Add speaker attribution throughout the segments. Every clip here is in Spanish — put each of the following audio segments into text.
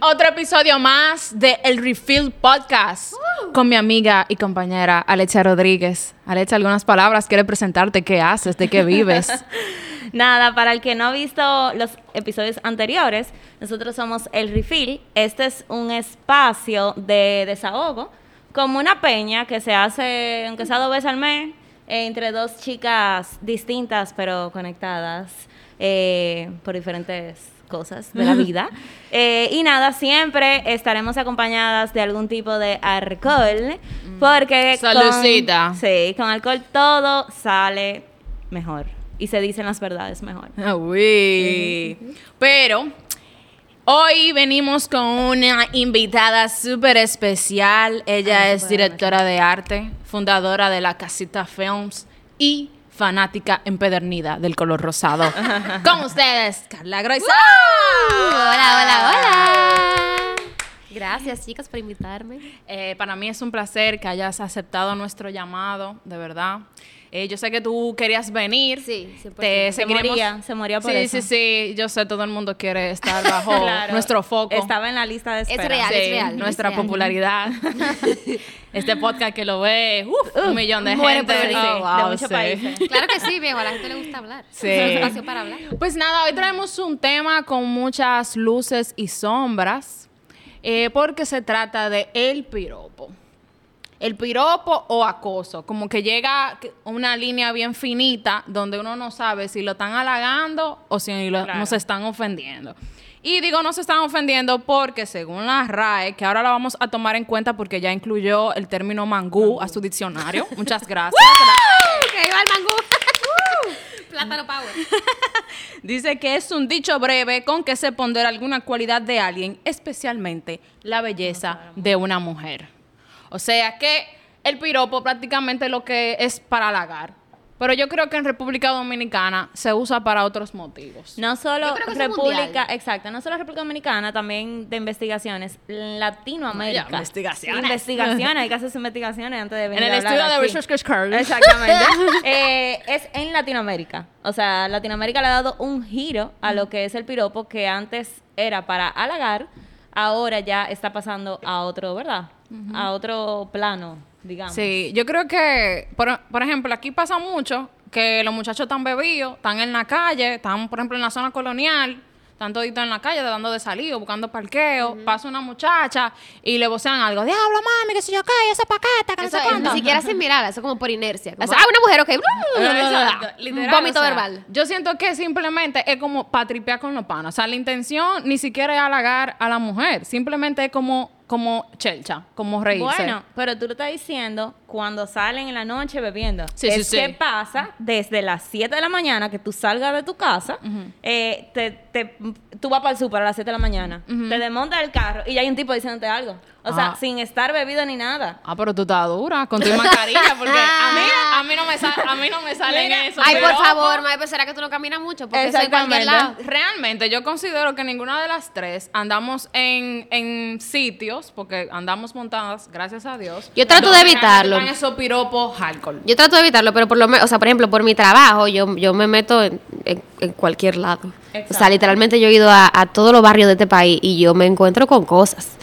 Speaker 1: otro episodio más de El Refill Podcast con mi amiga y compañera Alecha Rodríguez. Alecha, algunas palabras, quiere presentarte, qué haces, de qué vives.
Speaker 2: Nada, para el que no ha visto los episodios anteriores, nosotros somos El Refill. Este es un espacio de desahogo, como una peña que se hace, aunque sea dos veces al mes, eh, entre dos chicas distintas pero conectadas eh, por diferentes cosas de la vida. Eh, y nada, siempre estaremos acompañadas de algún tipo de alcohol, porque... con-
Speaker 1: Saludcita.
Speaker 2: sí, con alcohol todo sale mejor y se dicen las verdades mejor.
Speaker 1: Ah, uy. Pero hoy venimos con una invitada súper especial. Ella
Speaker 2: Ah,
Speaker 1: es
Speaker 2: bueno.
Speaker 1: directora de arte, fundadora de la Casita Films y fanática empedernida del color rosado. con ustedes, Carla Groisa.
Speaker 3: Hola, hola, hola. Gracias, chicas, por invitarme.
Speaker 1: Eh, para mí es un placer que hayas aceptado nuestro llamado, de verdad. Eh, yo sé que tú querías venir.
Speaker 3: Sí, 100%.
Speaker 1: Te
Speaker 2: Se
Speaker 1: seguiremos-
Speaker 2: moría, se moría por
Speaker 1: sí,
Speaker 2: eso.
Speaker 1: Sí, sí, Yo sé, todo el mundo quiere estar bajo
Speaker 2: Claro.
Speaker 1: nuestro foco.
Speaker 2: Estaba en la lista de espera.
Speaker 3: real.
Speaker 1: Sí,
Speaker 3: es real,
Speaker 1: Nuestra
Speaker 3: es real.
Speaker 1: popularidad. este podcast que lo ve uf, un millón de
Speaker 2: muere
Speaker 1: gente.
Speaker 2: por ahí.
Speaker 1: Oh,
Speaker 2: Sí,
Speaker 1: wow,
Speaker 2: de muchos
Speaker 1: sí.
Speaker 2: países.
Speaker 3: Claro que sí, viejo, a la gente le gusta hablar.
Speaker 1: Sí.
Speaker 3: Es un espacio para hablar.
Speaker 1: Pues nada, hoy traemos un tema con muchas luces y sombras, eh, porque se trata de el piropo. El piropo o acoso, como que llega a una línea bien finita donde uno no sabe si lo están halagando o si lo-
Speaker 2: Claro.
Speaker 1: nos están ofendiendo. Y digo, nos están ofendiendo porque según la RAE, que ahora la vamos a tomar en cuenta porque ya incluyó el término mangú a su diccionario. Muchas gracias.
Speaker 3: Que iba el mangú. Uh. Plátano Power.
Speaker 1: Dice que es un dicho breve con que se pondera alguna cualidad de alguien, especialmente la belleza de una mujer. O sea que el piropo prácticamente lo que es para halagar. Pero yo creo que en República Dominicana se usa para otros motivos.
Speaker 2: No
Speaker 3: Yo
Speaker 2: solo
Speaker 3: creo que eso es
Speaker 2: República,
Speaker 3: mundial.
Speaker 2: exacto, no solo República Dominicana, también de investigaciones. Latinoamérica.
Speaker 1: Vaya, investigaciones.
Speaker 2: Investigaciones, hay que hacer investigaciones antes de
Speaker 1: En
Speaker 2: venir
Speaker 1: el
Speaker 2: a hablar
Speaker 1: estudio de
Speaker 2: aquí.
Speaker 1: Research Curl.
Speaker 2: Exactamente. Eh, es en Latinoamérica. O sea, Latinoamérica le ha dado un giro a lo que es el piropo que antes era para halagar, ahora ya está pasando a otro, ¿verdad? A otro plano, digamos.
Speaker 1: Sí, yo creo que, por, por ejemplo, aquí pasa mucho que los muchachos están bebidos, están en la calle, están, por ejemplo, en la zona colonial, están toditos en la calle tratando de salir o buscando parqueo. Pasa una muchacha y le vocean algo, diablo, mami, que sé yo qué, esa paqueta, que no
Speaker 3: Eso
Speaker 1: sé
Speaker 3: es, ni
Speaker 1: cuánto".
Speaker 3: siquiera sin mirada, eso como por inercia. Como,
Speaker 1: O sea,
Speaker 3: ah, una mujer, ok.
Speaker 1: Exacto,
Speaker 3: Un
Speaker 1: literal,
Speaker 3: vómito
Speaker 1: o sea,
Speaker 3: verbal.
Speaker 1: Yo siento que simplemente es como para tripear con los panos. O sea, la intención ni siquiera es halagar a la mujer. Simplemente es como, como chelcha, como reírse.
Speaker 2: Bueno, pero tú lo estás diciendo cuando salen en la noche bebiendo.
Speaker 1: Sí,
Speaker 2: es
Speaker 1: sí, sí.
Speaker 2: que pasa desde las 7 de la mañana que tú salgas de tu casa, eh, te, te- tú vas para el súper a las 7 de la mañana, te desmontas el carro y ya hay un tipo diciéndote algo. O
Speaker 1: Ah.
Speaker 2: sea, sin estar bebido ni nada.
Speaker 1: Ah, pero tú estás dura con tu mascarilla, porque a mí, a mí no me, sal- a mí no me salen
Speaker 2: Mira,
Speaker 1: eso.
Speaker 3: Ay, por
Speaker 1: pero-
Speaker 3: favor, madre, pero será que tú no caminas mucho? Porque soy cualquier
Speaker 2: Exactamente.
Speaker 3: lado.
Speaker 1: Realmente, yo considero que ninguna de las tres andamos en, en sitios, porque andamos montadas, gracias a Dios.
Speaker 3: Yo trato de
Speaker 1: donde
Speaker 3: evitarlo.
Speaker 1: realmente están esos piropos alcohol.
Speaker 3: Yo trato de evitarlo, pero por lo menos, o sea, por ejemplo, por mi trabajo, yo, yo me meto en, en- en cualquier lado. O sea,
Speaker 2: Exacto.
Speaker 3: literalmente yo he ido a, a todos los barrios de este país y yo me encuentro con cosas.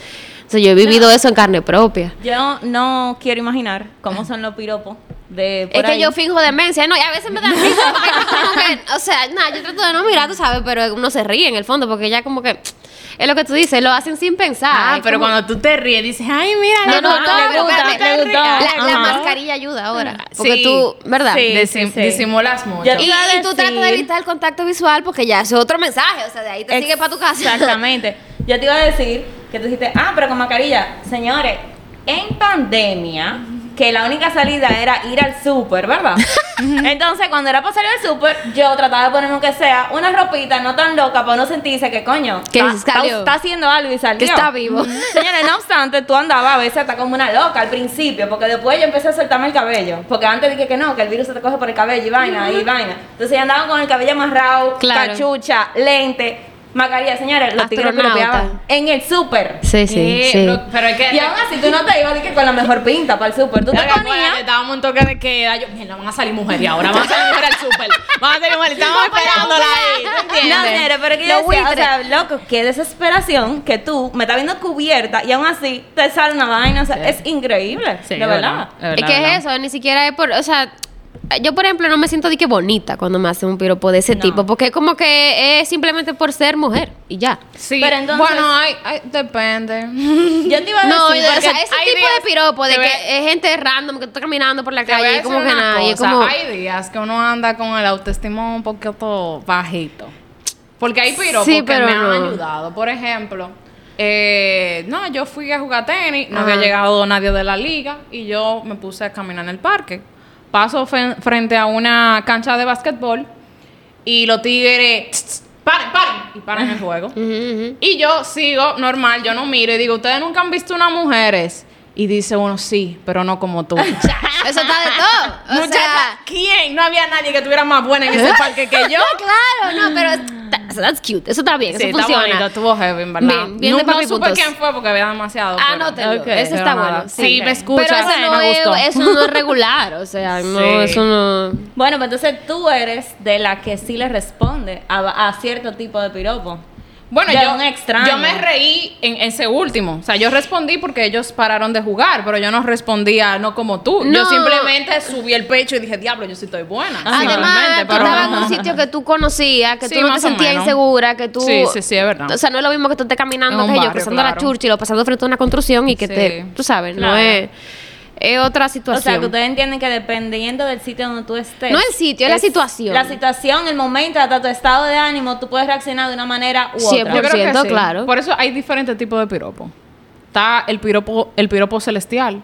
Speaker 3: O sea, yo he vivido eso en carne propia.
Speaker 2: Yo no quiero imaginar cómo son los piropos de por
Speaker 3: es que
Speaker 2: ahí.
Speaker 3: yo finjo demencia, no, y a veces me dan risa porque como que, o sea, nada, yo trato de no mirar, tú sabes, pero uno se ríe en el fondo porque ya como que es lo que tú dices, lo hacen sin pensar.
Speaker 2: Ah,
Speaker 3: es como-
Speaker 1: tú te ríes, dices, ay, mira,
Speaker 3: No,
Speaker 2: le
Speaker 3: no,
Speaker 2: gustó,
Speaker 3: no,
Speaker 2: le
Speaker 3: porque-
Speaker 2: gustó, le gustó.
Speaker 3: La, la
Speaker 2: Ajá.
Speaker 3: mascarilla ayuda ahora, porque
Speaker 1: Sí,
Speaker 3: tú, ¿verdad?
Speaker 2: sí.
Speaker 1: Disim- Disimulas mucho.
Speaker 2: Yo-
Speaker 3: Y,
Speaker 2: iba a
Speaker 3: y tú tratas de
Speaker 2: decir-
Speaker 3: evitar el contacto visual porque ya es otro mensaje, o sea, de ahí te
Speaker 2: Ex-
Speaker 3: sigue para tu casa.
Speaker 2: Exactamente. Yo te iba a decir que tú dijiste, ah, pero con mascarilla. Señores, en pandemia, que la única salida era ir al súper, ¿verdad? Entonces, cuando era para salir al súper, yo trataba de ponerme, aunque sea, una ropita no tan loca para no sentirse que, coño,
Speaker 3: Que
Speaker 2: está,
Speaker 3: salió.
Speaker 2: está- está haciendo algo y salió.
Speaker 3: Que está vivo.
Speaker 2: Señores, no obstante, tú andabas a veces hasta como una loca al principio, porque después yo empecé a soltarme el cabello. Porque antes dije que no, que el virus se te coge por el cabello y vaina, y vaina. Entonces, yo andaba con el cabello amarrado,
Speaker 3: Claro.
Speaker 2: cachu cachucha, lente, mascarilla, señores, los tigres
Speaker 3: Astronauta.
Speaker 2: piropeaban en el súper.
Speaker 3: Sí,
Speaker 1: Eh, lo- pero es que...
Speaker 2: Y aún así tú no te ibas de que con la mejor pinta para el súper. Tú te
Speaker 1: Loca, acuérdate,
Speaker 2: ponías.
Speaker 1: estábamos en toque de queda. Yo, mira, van a salir mujeres ahora, van a salir mujeres al súper. Van a salir mujeres, estamos esperándola ahí. ¿tú
Speaker 2: No,
Speaker 1: entiendes?
Speaker 2: señores, pero que yo
Speaker 3: Los
Speaker 2: decía, o
Speaker 3: buitres.
Speaker 2: sea, loco, qué desesperación que tú me estás viendo cubierta y aún así te sale una vaina. O sea, es increíble.
Speaker 1: Sí,
Speaker 2: de verdad.
Speaker 1: de verdad,
Speaker 3: Es que
Speaker 1: de verdad.
Speaker 3: es eso, ni siquiera es por, o sea, yo por ejemplo no me siento de que bonita cuando me hacen un piropo de ese
Speaker 2: No.
Speaker 3: tipo, porque es como que es simplemente por ser mujer y ya.
Speaker 1: Sí,
Speaker 2: Pero entonces-
Speaker 1: bueno, hay, hay- depende.
Speaker 2: Yo te iba a decir.
Speaker 3: No, o
Speaker 2: porque-
Speaker 3: sea, ese
Speaker 1: hay
Speaker 3: tipo
Speaker 1: días-
Speaker 3: de piropo de
Speaker 1: te
Speaker 3: que
Speaker 1: voy a-
Speaker 3: es gente random que está caminando por la
Speaker 1: Te voy a
Speaker 3: calle y
Speaker 1: decir
Speaker 3: como que
Speaker 1: una
Speaker 3: nada, y es
Speaker 1: cosa,
Speaker 3: como
Speaker 1: Hay días que uno anda con el autoestima un poquito bajito. Porque hay piropos
Speaker 3: Sí,
Speaker 1: que
Speaker 3: pero
Speaker 1: me han
Speaker 3: no.
Speaker 1: ayudado. Por ejemplo, eh, no, yo fui a jugar tenis, no había
Speaker 3: Ajá.
Speaker 1: llegado nadie de la liga y yo me puse a caminar en el parque. Paso fen- frente a una cancha de básquetbol y los tigres... "Tss, tss, ¡Paren, paren! Y paran el juego. Y yo sigo normal, yo no miro y digo, ¿ustedes nunca han visto unas mujeres? Y dice uno, sí, pero no como tú.
Speaker 3: eso está de todo. O
Speaker 1: Muchacha,
Speaker 3: sea,
Speaker 1: ¿quién? No había nadie que estuviera más buena en ese parque que yo.
Speaker 3: claro, no, pero es- that's cute, eso está bien,
Speaker 1: Sí,
Speaker 3: eso
Speaker 1: está
Speaker 3: funciona.
Speaker 1: bonito, estuvo heavy, en verdad.
Speaker 3: Bien, bien de
Speaker 1: Nunca
Speaker 3: papi
Speaker 1: supe
Speaker 3: puntos.
Speaker 1: quién fue porque había demasiado.
Speaker 3: Ah,
Speaker 1: pero-
Speaker 3: no te digo,
Speaker 1: Ok,
Speaker 3: eso
Speaker 1: pero
Speaker 3: está
Speaker 1: nada.
Speaker 3: bueno.
Speaker 1: Sí,
Speaker 3: ok.
Speaker 1: me escucha.
Speaker 3: Pero eso no,
Speaker 1: me gustó.
Speaker 3: es, eso no es regular, o sea,
Speaker 1: Sí.
Speaker 3: no, eso no.
Speaker 2: Bueno, pues entonces tú eres de la que sí le responde a, a cierto tipo de piropo.
Speaker 1: Bueno,
Speaker 2: de
Speaker 1: yo,
Speaker 2: un extraño.
Speaker 1: yo me reí en ese último. O sea, yo respondí porque ellos pararon de jugar, pero yo no respondía, no como tú. Yo
Speaker 3: No.
Speaker 1: simplemente subí el pecho y dije, diablo, yo sí estoy buena.
Speaker 3: Ah, Además,
Speaker 1: Simplemente,
Speaker 3: tú
Speaker 1: pero-
Speaker 3: estabas en un sitio que tú conocías, que
Speaker 1: Sí,
Speaker 3: tú no te
Speaker 1: más o
Speaker 3: sentías
Speaker 1: menos.
Speaker 3: insegura, que tú...
Speaker 1: Sí, sí, sí, es verdad.
Speaker 3: O sea, no es lo mismo que tú estés caminando,
Speaker 1: En un
Speaker 3: qué sé yo,
Speaker 1: barrio,
Speaker 3: cruzando la
Speaker 1: claro.
Speaker 3: Churchill o pasando frente a una construcción y que
Speaker 1: Sí.
Speaker 3: te... Tú sabes,
Speaker 2: Claro.
Speaker 3: no es... Es
Speaker 2: O
Speaker 3: otra
Speaker 2: sea,
Speaker 3: situación.
Speaker 2: que ustedes entienden que dependiendo del sitio donde tú estés.
Speaker 3: No el sitio, es la situación.
Speaker 2: La situación, el momento, hasta tu estado de ánimo, tú puedes reaccionar de una manera u
Speaker 3: Siempre.
Speaker 1: Yo
Speaker 2: otra.
Speaker 1: creo que
Speaker 3: 100%,
Speaker 1: sí.
Speaker 3: claro.
Speaker 1: Por eso hay diferentes tipos de piropo. Está el piropo, el piropo celestial,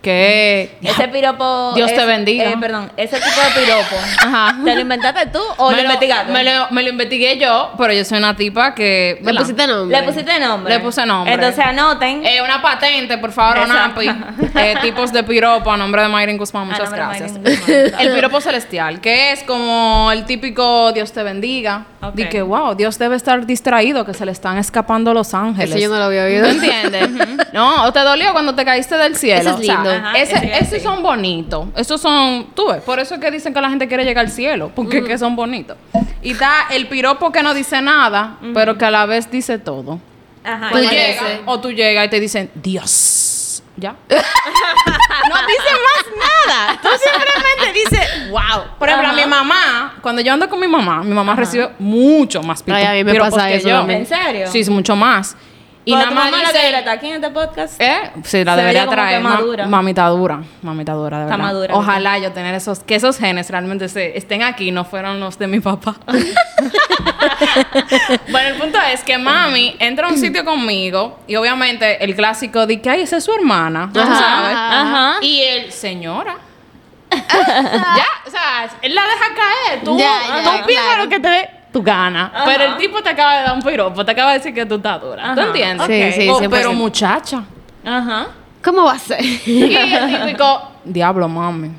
Speaker 1: que
Speaker 2: Ese piropo.
Speaker 1: Dios te
Speaker 2: es-
Speaker 1: bendiga.
Speaker 2: eh, perdón, ese tipo de piropo.
Speaker 1: Ajá.
Speaker 2: ¿Te lo inventaste tú o Oh, lo, investigaste?
Speaker 1: me lo- me lo investigué yo, pero yo soy una tipa que
Speaker 3: Le pusiste nombre.
Speaker 2: Le pusiste nombre.
Speaker 1: Le puse nombre.
Speaker 2: Entonces anoten.
Speaker 1: Eh, una patente, por favor,
Speaker 2: Exacto.
Speaker 1: Onapi. Eh, tipos de piropo a nombre de Mayrin Guzmán,
Speaker 2: A
Speaker 1: muchas
Speaker 2: nombre de
Speaker 1: gracias.
Speaker 2: Mayrin Guzmán, claro.
Speaker 1: el piropo celestial, que es como el típico Dios te bendiga.
Speaker 2: Ok.
Speaker 1: Di que, wow, Dios debe estar distraído, que se le están escapando los ángeles.
Speaker 3: Eso yo no lo había oído.
Speaker 1: ¿No entiendes? no, o te dolió cuando te caíste del cielo.
Speaker 3: Eso es
Speaker 1: O sea,
Speaker 3: lindo.
Speaker 2: Ajá,
Speaker 1: ese-
Speaker 2: ese es
Speaker 1: esos
Speaker 2: sí.
Speaker 1: son bonitos. Esos son, tú ves, por eso es que dicen que la gente quiere llegar al cielo, porque es que son bonitos. Y está el piropo que no dice nada, pero que a la vez dice todo.
Speaker 2: Ajá.
Speaker 1: Tú
Speaker 3: ¿Cuál es
Speaker 1: llegas,
Speaker 3: ese?
Speaker 1: o tú llegas y te dicen, Dios. ¿Ya? no dicen más pues nada. Tú simplemente dices, wow. Por ejemplo, a mi mamá, cuando yo ando con mi mamá, mi mamá recibe mucho más piropos
Speaker 3: Ay, a mí me pasa eso también.
Speaker 2: ¿En serio?
Speaker 1: Sí, es mucho más. Y nada más
Speaker 2: la
Speaker 1: dice-
Speaker 2: que está aquí en este podcast.
Speaker 1: ¿Eh? Sí, la
Speaker 2: Se
Speaker 1: debería
Speaker 2: vería como que
Speaker 1: traer. Ma-
Speaker 2: madura.
Speaker 1: mamita dura. Mamita dura, de
Speaker 2: Está
Speaker 1: verdad.
Speaker 2: madura.
Speaker 1: Ojalá yo tener esos, que esos genes realmente se, estén aquí, no fueron los de mi papá. bueno, el punto es que mami entra a un sitio conmigo y obviamente el clásico de que, ay, esa es su hermana. ¿tú
Speaker 3: Ajá,
Speaker 1: sabes?
Speaker 2: ajá.
Speaker 1: Y el señora. ya, o sea, él la deja caer. Tú,
Speaker 3: Ya, ya,
Speaker 1: tú piensas
Speaker 3: claro.
Speaker 1: lo que te dé, tú ganas. Pero el tipo te acaba de dar un piropo, te acaba de decir que tú estás dura. ¿Tú
Speaker 2: Ajá.
Speaker 1: entiendes?
Speaker 3: Sí, sí,
Speaker 1: Oh,
Speaker 3: 100%.
Speaker 1: pero muchacha.
Speaker 2: Ajá.
Speaker 3: ¿Cómo va a ser?
Speaker 1: Y el típico, diablo, mami.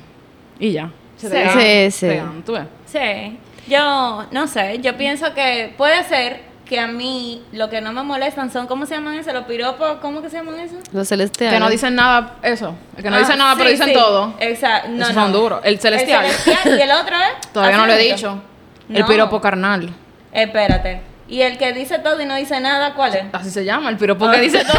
Speaker 1: Y ya. Se
Speaker 2: Sí.
Speaker 1: dan, se
Speaker 3: Sí, sí.
Speaker 1: dan, tú ves.
Speaker 2: Sí. Yo, no sé, yo pienso que puede ser que a mí lo que no me molestan son, ¿cómo se llaman eso? Los piropos, ¿cómo que se llaman eso?
Speaker 3: Los celestiales.
Speaker 1: Que no dicen nada, eso. El que no
Speaker 2: Ah,
Speaker 1: dice nada,
Speaker 2: sí,
Speaker 1: pero dicen
Speaker 2: sí.
Speaker 1: todo.
Speaker 2: Exacto. No,
Speaker 1: Esos
Speaker 2: no.
Speaker 1: son duros. El celestial.
Speaker 2: celestial, ¿Y el otro es?
Speaker 1: Todavía no lo he
Speaker 2: Acércate.
Speaker 1: dicho. El
Speaker 2: No.
Speaker 1: piropo carnal.
Speaker 2: Espérate. ¿Y el que dice todo y no dice nada, cuál es?
Speaker 1: Así se llama, el piropo
Speaker 2: Ah.
Speaker 1: que dice todo.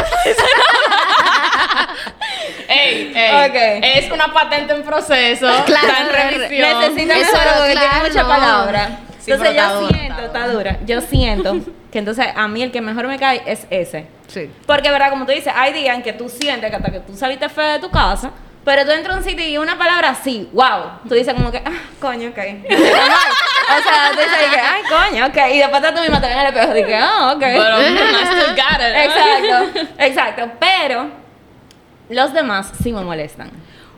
Speaker 1: Ey, ey,
Speaker 2: Ok.
Speaker 1: Es una patente en proceso.
Speaker 3: Claro,
Speaker 1: está en revisión.
Speaker 2: Necesito
Speaker 3: Eso,
Speaker 2: mejor porque
Speaker 3: claro,
Speaker 2: tiene muchas
Speaker 3: no.
Speaker 2: palabras.
Speaker 1: Sí, pero
Speaker 2: entonces yo
Speaker 1: está dura, está
Speaker 2: siento,
Speaker 1: dura.
Speaker 2: está dura. Yo siento que entonces a mí el que mejor me cae es ese.
Speaker 1: Sí.
Speaker 2: Porque, ¿verdad? Como tú dices, hay días en que tú sientes que hasta que tú saliste feo de tu casa, pero tú entras a un sitio y una palabra así, wow. Tú dices como que, ah, coño, ok. o sea, tú dices que, ay, coño, ok. Y después tú misma te ves en el espejo y dices, ah, ok.
Speaker 1: Pero I still got it.
Speaker 2: exacto, exacto. Pero los demás sí me molestan.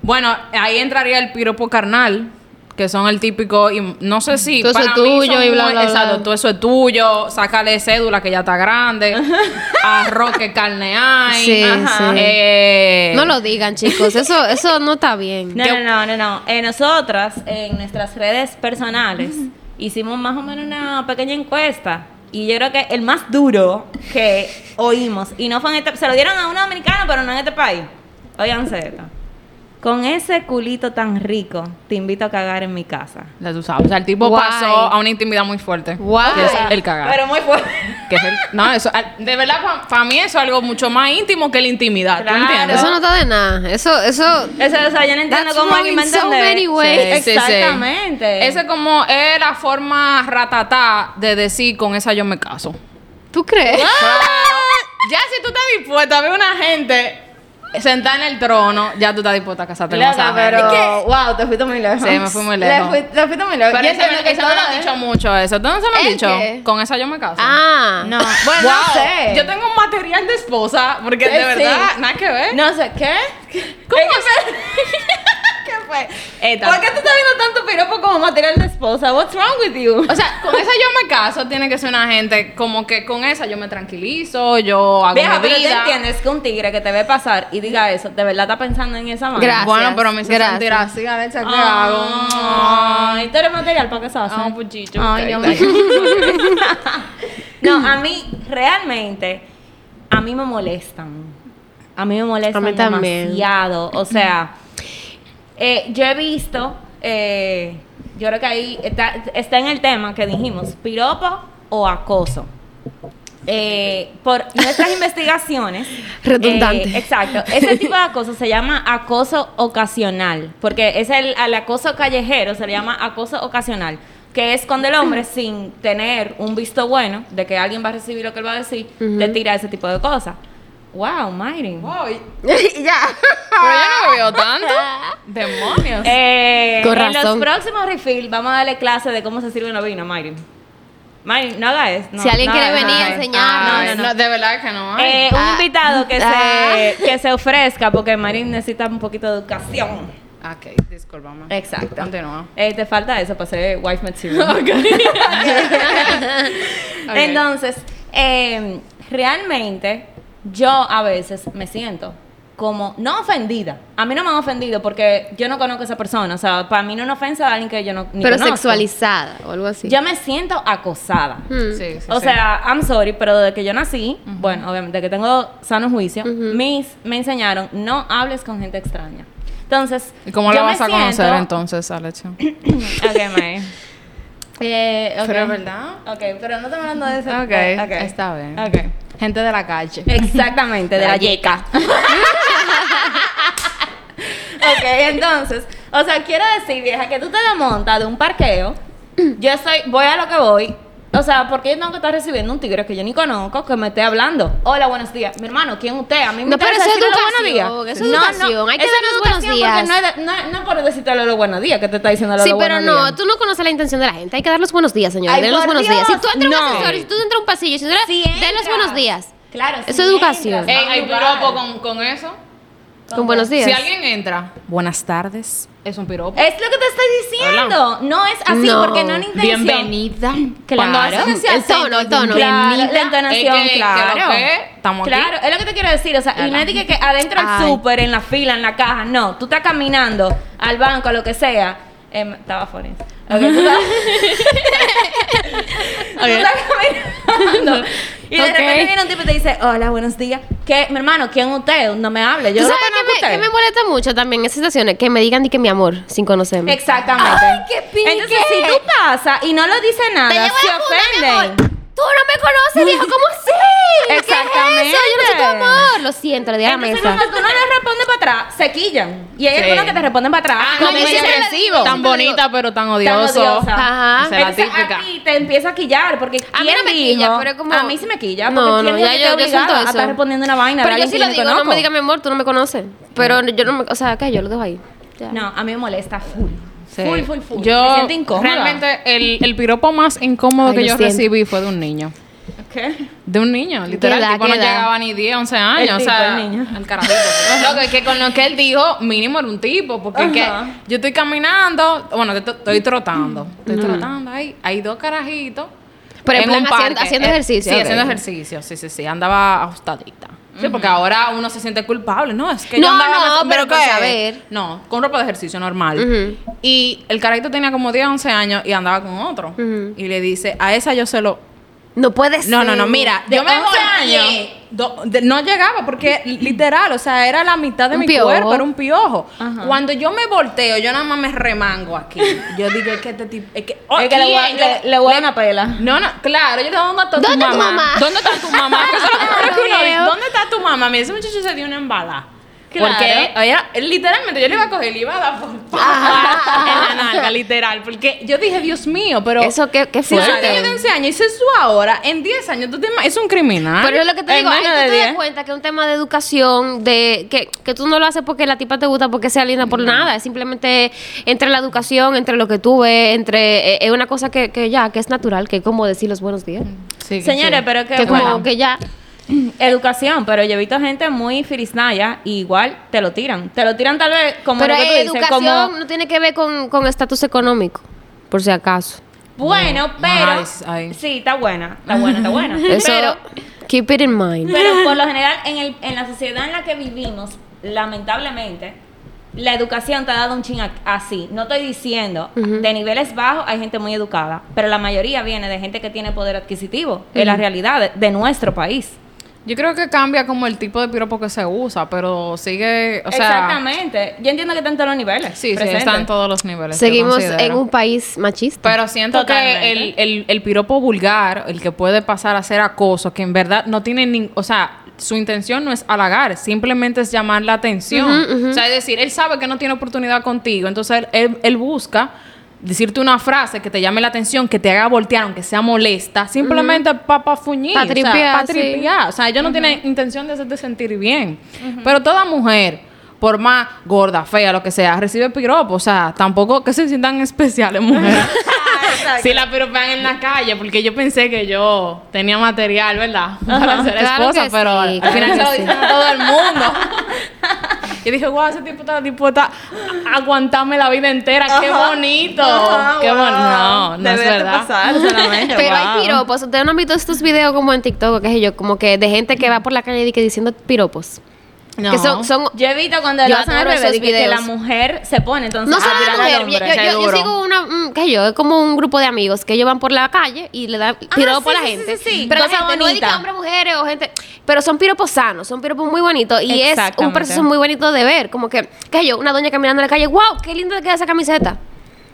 Speaker 1: Bueno, ahí entraría el piropo carnal, que son el típico, y no sé si
Speaker 3: Todo eso es
Speaker 1: mí
Speaker 3: tuyo
Speaker 1: son
Speaker 3: y bla,
Speaker 1: muy-
Speaker 3: bla, bla.
Speaker 1: Exacto, todo eso es tuyo, sácale cédula que ya está grande, arroz que carne hay.
Speaker 3: Sí,
Speaker 2: Ajá.
Speaker 3: sí.
Speaker 1: eh,
Speaker 3: No lo digan, chicos. Eso, eso no está bien.
Speaker 2: No, no, no, no, no. Eh, nosotras, en nuestras redes personales, hicimos más o menos una pequeña encuesta. Y yo creo que el más duro que oímos, y no fue en este, se lo dieron a una dominicana, pero no en este país. Óiganse esto. Con ese culito tan rico, te invito a cagar en mi casa.
Speaker 1: Ya tú sabes. O sea, el tipo
Speaker 3: Guay.
Speaker 1: pasó a una intimidad muy fuerte.
Speaker 3: Guay.
Speaker 1: Que es el cagar.
Speaker 2: Pero muy fuerte.
Speaker 1: Que es el- no, eso, al- de verdad, para mí eso es algo mucho más íntimo que la intimidad. ¿Tú
Speaker 2: Claro.
Speaker 1: entiendes?
Speaker 3: Eso no está de nada. Eso, eso.
Speaker 2: Eso, o sea, yo no entiendo
Speaker 3: That's
Speaker 2: cómo
Speaker 3: wrong
Speaker 2: alguien me
Speaker 3: in so
Speaker 2: entiende.
Speaker 3: many ways.
Speaker 1: Sí, sí, sí.
Speaker 2: Exactamente.
Speaker 1: Ese como es la forma ratatá de decir con esa yo me caso.
Speaker 3: ¿Tú crees?
Speaker 2: Ah.
Speaker 1: Ya si tú estás dispuesta a ver una gente sentada en el trono, ya tú estás dispuesta a casarte con
Speaker 4: Loca,
Speaker 1: esa
Speaker 4: pero.
Speaker 1: gente.
Speaker 4: Wow, te fuiste muy lejos.
Speaker 1: Sí, me fui muy
Speaker 4: Le
Speaker 1: lejos.
Speaker 4: fui- Te fuiste muy lejos.
Speaker 1: Pero
Speaker 4: Yo
Speaker 1: eso,
Speaker 4: entiendo que
Speaker 1: eso me lo
Speaker 4: todo
Speaker 1: han
Speaker 4: es-
Speaker 1: dicho mucho, eso. ¿Tú no se lo han
Speaker 3: ¿El
Speaker 1: dicho?
Speaker 3: qué?
Speaker 1: Con esa yo me caso.
Speaker 3: Ah.
Speaker 2: No.
Speaker 1: Bueno,
Speaker 4: Wow.
Speaker 1: no sé.
Speaker 4: sé.
Speaker 1: Yo tengo un material de esposa, porque
Speaker 4: Eh,
Speaker 1: de verdad,
Speaker 4: sí.
Speaker 1: nada que ver.
Speaker 4: No sé, ¿qué?
Speaker 1: ¿Cómo
Speaker 4: Es que
Speaker 1: así?
Speaker 4: ¿Qué fue?
Speaker 1: Eta.
Speaker 4: ¿Por qué tú estás viendo tanto piropo como material de esposa? What's wrong with you?
Speaker 1: O sea, con esa yo me caso, tiene que ser una gente como que con esa yo me tranquilizo, yo hago
Speaker 2: Vieja,
Speaker 1: mi
Speaker 2: pero tú
Speaker 1: vida.
Speaker 2: entiendes que un tigre que te ve pasar y diga eso, de verdad está pensando en esa mano.
Speaker 3: Gracias.
Speaker 1: Bueno, pero me hizo
Speaker 3: Gracias.
Speaker 1: sentir así, Alexa, ¿qué hago?
Speaker 2: Ay, tú eres material para eh? casarse.
Speaker 1: Ah, un puchito.
Speaker 2: Ay,
Speaker 1: ok,
Speaker 2: Dios
Speaker 1: está bien.
Speaker 2: mío. No, a mí, realmente, a mí me molestan. A mí me molestan
Speaker 3: A mí también.
Speaker 2: demasiado. O sea, eh, yo he visto, eh, yo creo que ahí está, está en el tema que dijimos, piropo o acoso. Eh, por nuestras investigaciones.
Speaker 3: Redundante.
Speaker 2: eh, exacto. Ese tipo de acoso se llama acoso ocasional. Porque es el al acoso callejero, se le llama acoso ocasional. Que es cuando el hombre, sin tener un visto bueno de que alguien va a recibir lo que él va a decir, te tira ese tipo de cosas. Wow, Mayrin.
Speaker 4: Y ya.
Speaker 1: Pero yo no veo tanto. Demonios.
Speaker 2: Eh,
Speaker 3: Con
Speaker 2: en los
Speaker 3: razón.
Speaker 2: próximos refill vamos a darle clase de cómo se sirve una vino, Mayrin. Mayrin, no hagas eso. No,
Speaker 3: Si alguien
Speaker 2: no
Speaker 3: quiere
Speaker 2: hagas eso,
Speaker 3: venir a
Speaker 2: Mayrin.
Speaker 3: enseñarnos.
Speaker 2: Ah,
Speaker 1: Ay, no, de verdad que no. hay.
Speaker 2: Eh, un
Speaker 3: Ah.
Speaker 2: invitado que
Speaker 3: Ah.
Speaker 2: se, que se ofrezca, porque Marín necesita un poquito de educación.
Speaker 1: Ah, ok, discúlpame.
Speaker 2: Exacto.
Speaker 1: Continúa.
Speaker 2: Eh, te falta eso para ser wife material.
Speaker 1: Ok.
Speaker 2: Entonces, eh, realmente, yo a veces me siento como no ofendida. A mí no me han ofendido porque yo no conozco a esa persona. O sea, para mí no es una ofensa de alguien que yo no ni
Speaker 3: pero
Speaker 2: conozco.
Speaker 3: sexualizada o algo así.
Speaker 2: Yo me siento acosada.
Speaker 3: Mm.
Speaker 1: Sí, sí,
Speaker 2: O
Speaker 1: sí.
Speaker 2: sea, I'm sorry, pero desde que yo nací, bueno, obviamente que tengo sano juicio, mis, me enseñaron, no hables con gente extraña. Entonces,
Speaker 1: ¿Y cómo la
Speaker 2: yo me
Speaker 1: vas a conocer
Speaker 2: siento-
Speaker 1: entonces, Alexa?
Speaker 2: Ok, May. Eh, ok.
Speaker 1: Pero es verdad.
Speaker 2: Ok, pero no estamos hablando de eso.
Speaker 1: Ok,
Speaker 2: Eh, ok.
Speaker 1: está bien.
Speaker 2: Ok.
Speaker 1: Gente de la calle.
Speaker 2: Exactamente, de la yeca. ok, entonces, o sea, quiero decir, vieja, que tú te desmontas de un parqueo, yo soy, voy a lo que voy, o sea, porque yo tengo que estar recibiendo un tigre que yo ni conozco, que me esté hablando. Hola, buenos días. Mi hermano, ¿quién usted? A mí me
Speaker 3: No, pero
Speaker 2: interesa
Speaker 3: eso es
Speaker 2: decirle los
Speaker 3: educación,
Speaker 2: buenos días.
Speaker 3: eso es educación. Hay que
Speaker 2: eso
Speaker 3: dar
Speaker 2: no es
Speaker 3: los buenos
Speaker 2: educación
Speaker 3: días.
Speaker 2: Porque no, es- no, no es por decirte los buenos días que te está diciendo los
Speaker 3: Sí,
Speaker 2: buenos
Speaker 3: pero
Speaker 2: días.
Speaker 3: no, tú no conoces la intención de la gente. Hay que dar los buenos días, señora.
Speaker 2: Ay,
Speaker 3: Den los
Speaker 2: por
Speaker 3: buenos días. Si
Speaker 2: Dios,
Speaker 3: tú entras a
Speaker 2: no.
Speaker 3: un ascensor, si tú entras a un pasillo, si tú entras,
Speaker 2: Sí,
Speaker 3: den los
Speaker 2: entra.
Speaker 3: buenos días.
Speaker 2: Claro,
Speaker 3: Es
Speaker 2: sí,
Speaker 3: educación.
Speaker 2: entras,
Speaker 1: Ey,
Speaker 2: vas a
Speaker 1: hay
Speaker 2: un lugar.
Speaker 1: piropo con, con eso.
Speaker 3: Con buenos días.
Speaker 1: Si alguien entra, buenas tardes, es un piropo.
Speaker 2: Es lo que te estoy diciendo. No es así
Speaker 3: No.
Speaker 2: porque no es intención.
Speaker 1: Bienvenida. Cuando hacen ese
Speaker 3: El tono,
Speaker 1: acento,
Speaker 3: el tono.
Speaker 2: Claro, la entonación,
Speaker 1: Es que- que lo
Speaker 2: claro.
Speaker 1: que es, estamos aquí.
Speaker 2: Claro, es lo que te quiero decir. O sea, y no
Speaker 1: Claro.
Speaker 2: es de que, que adentro al
Speaker 3: Ay.
Speaker 2: súper, en la fila, en la caja. No, tú estás caminando al banco, a lo que sea. Em, estaba fuera. Ok, tú estás- Tú estás caminando. Y de
Speaker 1: Ok.
Speaker 2: repente viene un tipo y te dice, hola, buenos días. ¿Qué, mi hermano, quién usted? No me hable. Yo
Speaker 3: ¿Tú
Speaker 2: no
Speaker 3: sabes
Speaker 2: conozco a
Speaker 3: que me,
Speaker 2: usted.
Speaker 3: que me molesta mucho también en esas situaciones? Que me digan di que mi amor, sin
Speaker 2: Mm.
Speaker 3: conocerme.
Speaker 2: Exactamente.
Speaker 3: Ay, qué pique.
Speaker 2: Entonces, si tú pasas y no lo dice nada,
Speaker 3: Te llevo
Speaker 2: se
Speaker 3: la funda, mi amor.
Speaker 2: ofenden.
Speaker 3: Tú no me conoces, viejo. ¿Cómo así?
Speaker 2: Exactamente.
Speaker 3: ¿Qué es eso? Yo no soy tu amor. Lo siento, le di a la
Speaker 2: Entonces,
Speaker 3: mesa.
Speaker 2: cuando tú no le respondes para atrás, se quillan. Y hay
Speaker 1: Sí.
Speaker 2: algunos que te responden para atrás.
Speaker 1: Ah,
Speaker 3: no,
Speaker 1: no,
Speaker 2: como
Speaker 3: yo
Speaker 1: me
Speaker 3: siempre
Speaker 2: que-
Speaker 3: le
Speaker 1: agresivo.
Speaker 3: digo,
Speaker 1: Tan
Speaker 3: siempre le digo.
Speaker 1: bonita, pero tan
Speaker 2: Tan
Speaker 1: odiosa. Ah.
Speaker 2: odiosa.
Speaker 3: Ajá.
Speaker 1: Esa es la
Speaker 2: Entonces,
Speaker 1: típica.
Speaker 2: a ti te empieza a quillar porque
Speaker 3: A mí no
Speaker 2: ¿quién
Speaker 3: me
Speaker 2: dijo?
Speaker 3: quilla, pero como-
Speaker 2: a mí sí me quilla
Speaker 3: No,
Speaker 2: porque
Speaker 3: no,
Speaker 2: ¿quién dijo
Speaker 3: ya
Speaker 2: que
Speaker 3: yo-
Speaker 2: te
Speaker 3: yo siento
Speaker 2: obligaba a estar
Speaker 3: eso.
Speaker 2: respondiendo una vaina de
Speaker 3: Pero yo
Speaker 2: alguien
Speaker 3: sí
Speaker 2: que
Speaker 3: lo
Speaker 2: ni
Speaker 3: digo, no
Speaker 2: conozco?
Speaker 3: me diga mi amor, tú no me conoces. Pero yo no me. O sea, que yo lo dejo ahí. Ya.
Speaker 2: No, a mí me molesta full.
Speaker 1: Sí.
Speaker 2: Full, full, full. me
Speaker 1: Yo
Speaker 2: siento incómoda.
Speaker 1: realmente el, el piropo más incómodo
Speaker 3: Ay,
Speaker 1: que
Speaker 3: lo
Speaker 1: yo
Speaker 3: siento.
Speaker 1: recibí fue de un niño.
Speaker 2: ¿Qué?
Speaker 1: De un niño, literal.
Speaker 3: edad,
Speaker 1: el tipo
Speaker 3: qué
Speaker 1: no
Speaker 3: edad?
Speaker 1: llegaba ni 10, 11 años.
Speaker 2: El
Speaker 1: o
Speaker 2: tipo,
Speaker 1: sea,
Speaker 2: el niño.
Speaker 1: el carajito. pues. Lo que, que con lo que él dijo, mínimo era un tipo. Porque es que
Speaker 2: Ajá.
Speaker 1: yo estoy caminando, bueno, te- estoy trotando. Estoy
Speaker 3: Mm.
Speaker 1: trotando ahí. Hay dos carajitos.
Speaker 3: Pero en plan,
Speaker 1: un
Speaker 3: haciendo- haciendo
Speaker 1: Eh,
Speaker 3: ejercicio,
Speaker 1: Sí,
Speaker 3: ok.
Speaker 1: haciendo ejercicio. Sí, sí, sí. Andaba ajustadita. Sí, porque ahora uno se siente culpable. No, es que
Speaker 3: No,
Speaker 1: yo andaba...
Speaker 3: no, pero pues,
Speaker 1: ¿qué?
Speaker 3: por saber.
Speaker 1: No, con ropa de ejercicio normal. Y el carajito tenía como 10, 11 años y andaba con otro. Y le dice, a esa yo se lo...
Speaker 3: No puede ser.
Speaker 1: No, no, no, mira,
Speaker 2: De
Speaker 1: yo me
Speaker 2: 11
Speaker 1: volteé.
Speaker 2: años.
Speaker 1: Do- de- no llegaba porque literal, o sea, era la mitad de
Speaker 3: Un
Speaker 1: mi
Speaker 3: piojo.
Speaker 1: cuerpo, era un piojo.
Speaker 2: Ajá.
Speaker 1: Cuando yo me volteo, yo nada más me remango aquí. Yo digo, es que este tipo, es que, oh,
Speaker 2: Es que le voy a-
Speaker 1: ¿quién?
Speaker 2: le- le voy a dar una pela.
Speaker 1: No, no, claro, yo le digo, ¿dónde está tu
Speaker 3: ¿Dónde
Speaker 1: mamá?
Speaker 3: tu mamá?
Speaker 1: ¿Dónde está tu mamá? Porque eso es lo primero que uno dice,
Speaker 3: Claro.
Speaker 1: ¿Dónde está tu mamá? Mi ese muchacho se dio una embala.
Speaker 2: Claro.
Speaker 1: Porque era- literalmente yo le iba a coger y le iba a dar por- en la nalga, literal. Porque yo dije, Dios mío, pero.
Speaker 3: Eso qué- qué
Speaker 1: si yo
Speaker 3: fuerte.
Speaker 1: tenía 11 años hice eso ahora, en 10 años tú te ima- es un criminal.
Speaker 3: Pero es lo que te
Speaker 2: en
Speaker 3: digo, ahí tú
Speaker 2: menos de
Speaker 3: te das
Speaker 2: diez.
Speaker 3: cuenta que es un tema de educación, de que, que tú no lo haces porque la tipa te gusta, porque sea linda, por nada. Es simplemente entre la educación, entre lo que tú ves, entre. eh, Es una cosa que, que ya, que es natural, que es como decir los buenos días.
Speaker 1: Sí,
Speaker 2: Señores,
Speaker 1: sí.
Speaker 2: pero que,
Speaker 3: que como
Speaker 2: Mm. bueno,
Speaker 3: que ya.
Speaker 2: educación, pero yo he visto gente muy firisnaya y igual te lo tiran. Te lo tiran tal vez como
Speaker 3: Pero
Speaker 2: lo que tú
Speaker 3: eh,
Speaker 2: dices,
Speaker 3: educación
Speaker 2: como
Speaker 3: no tiene que ver con con estatus económico, por si acaso.
Speaker 2: bueno, pero
Speaker 1: Nice, ay.
Speaker 2: sí, está buena, está buena, está buena.
Speaker 3: Eso,
Speaker 2: Pero,
Speaker 3: keep it in mind.
Speaker 2: pero por lo general en, el, en la sociedad en la que vivimos, lamentablemente, la educación te ha dado un ching a- así. No estoy diciendo, de niveles bajos hay gente muy educada, pero la mayoría viene de gente que tiene poder adquisitivo, es la realidad de- de nuestro país.
Speaker 1: Yo creo que cambia como el tipo de piropo que se usa, pero sigue. O sea,
Speaker 2: Exactamente. Yo entiendo que están todos los niveles.
Speaker 1: Sí, sí,
Speaker 2: presentes.
Speaker 1: están todos los niveles. yo
Speaker 3: Seguimos en
Speaker 1: considero.
Speaker 3: un país machista.
Speaker 1: Pero siento
Speaker 2: Totalmente.
Speaker 1: que el, el, el piropo vulgar, el que puede pasar a ser acoso, que en verdad no tiene ni... O sea, su intención no es halagar, simplemente es llamar la atención. O sea, es decir, él sabe que no tiene oportunidad contigo, entonces él, él- él busca decirte una frase que te llame la atención, que te haga voltear, aunque sea molesta, simplemente para pa fuñir.
Speaker 3: Pa' tripear,
Speaker 1: O sea, pa'
Speaker 3: sí.
Speaker 1: tripear. O sea, ellos no tienen intención de hacerte sentir bien. Pero toda mujer... Por más gorda, fea, lo que sea, recibe piropo. O sea, tampoco que se sientan especiales, mujeres.
Speaker 2: Ah,
Speaker 1: Si la piropean en la calle, porque yo pensé que yo tenía material, ¿verdad? Para ser
Speaker 3: Claro
Speaker 1: esposa,
Speaker 3: que
Speaker 1: pero
Speaker 3: sí,
Speaker 1: al final
Speaker 3: claro
Speaker 1: se lo
Speaker 3: que
Speaker 1: dicen
Speaker 3: sí.
Speaker 1: a todo el mundo. Yo dije, wow, ese tipo está dispuesta a aguantarme la vida entera, qué bonito.
Speaker 4: Ajá,
Speaker 1: qué
Speaker 4: wow.
Speaker 1: bonito. No, no
Speaker 4: De
Speaker 1: es
Speaker 4: verte
Speaker 1: verdad.
Speaker 4: pasar solamente,
Speaker 3: Pero hay
Speaker 4: wow.
Speaker 3: piropos. Ustedes no han visto estos videos como en TikTok, qué sé yo, como que de gente que va por la calle y que diciendo piropos.
Speaker 1: No.
Speaker 3: Que son, son
Speaker 2: Yo evito cuando
Speaker 3: Yo
Speaker 2: lo hacen al
Speaker 3: adoro
Speaker 2: revés,
Speaker 3: esos
Speaker 2: de que, que la
Speaker 3: videos.
Speaker 2: mujer se pone entonces ah,
Speaker 3: No
Speaker 2: a
Speaker 3: solo la
Speaker 2: tirar al
Speaker 3: mujer, yo,
Speaker 2: hombre.
Speaker 3: yo- yo- yo
Speaker 1: duro.
Speaker 3: sigo una, mm, qué sé yo, es como un grupo de amigos que ellos van por la calle y le dan
Speaker 2: Ah,
Speaker 3: piropos
Speaker 2: sí,
Speaker 3: a la
Speaker 2: sí,
Speaker 3: gente.
Speaker 2: sí, sí, sí.
Speaker 3: Pero
Speaker 2: Cosa
Speaker 3: gente, no es de que
Speaker 2: bonita.
Speaker 3: hombres, mujeres o gente, pero son piropos sanos, son piropos muy bonitos y es un
Speaker 2: Exactamente.
Speaker 3: proceso muy bonito de ver, como que, qué sé yo, una doña caminando en la calle, wow, qué linda te queda esa camiseta.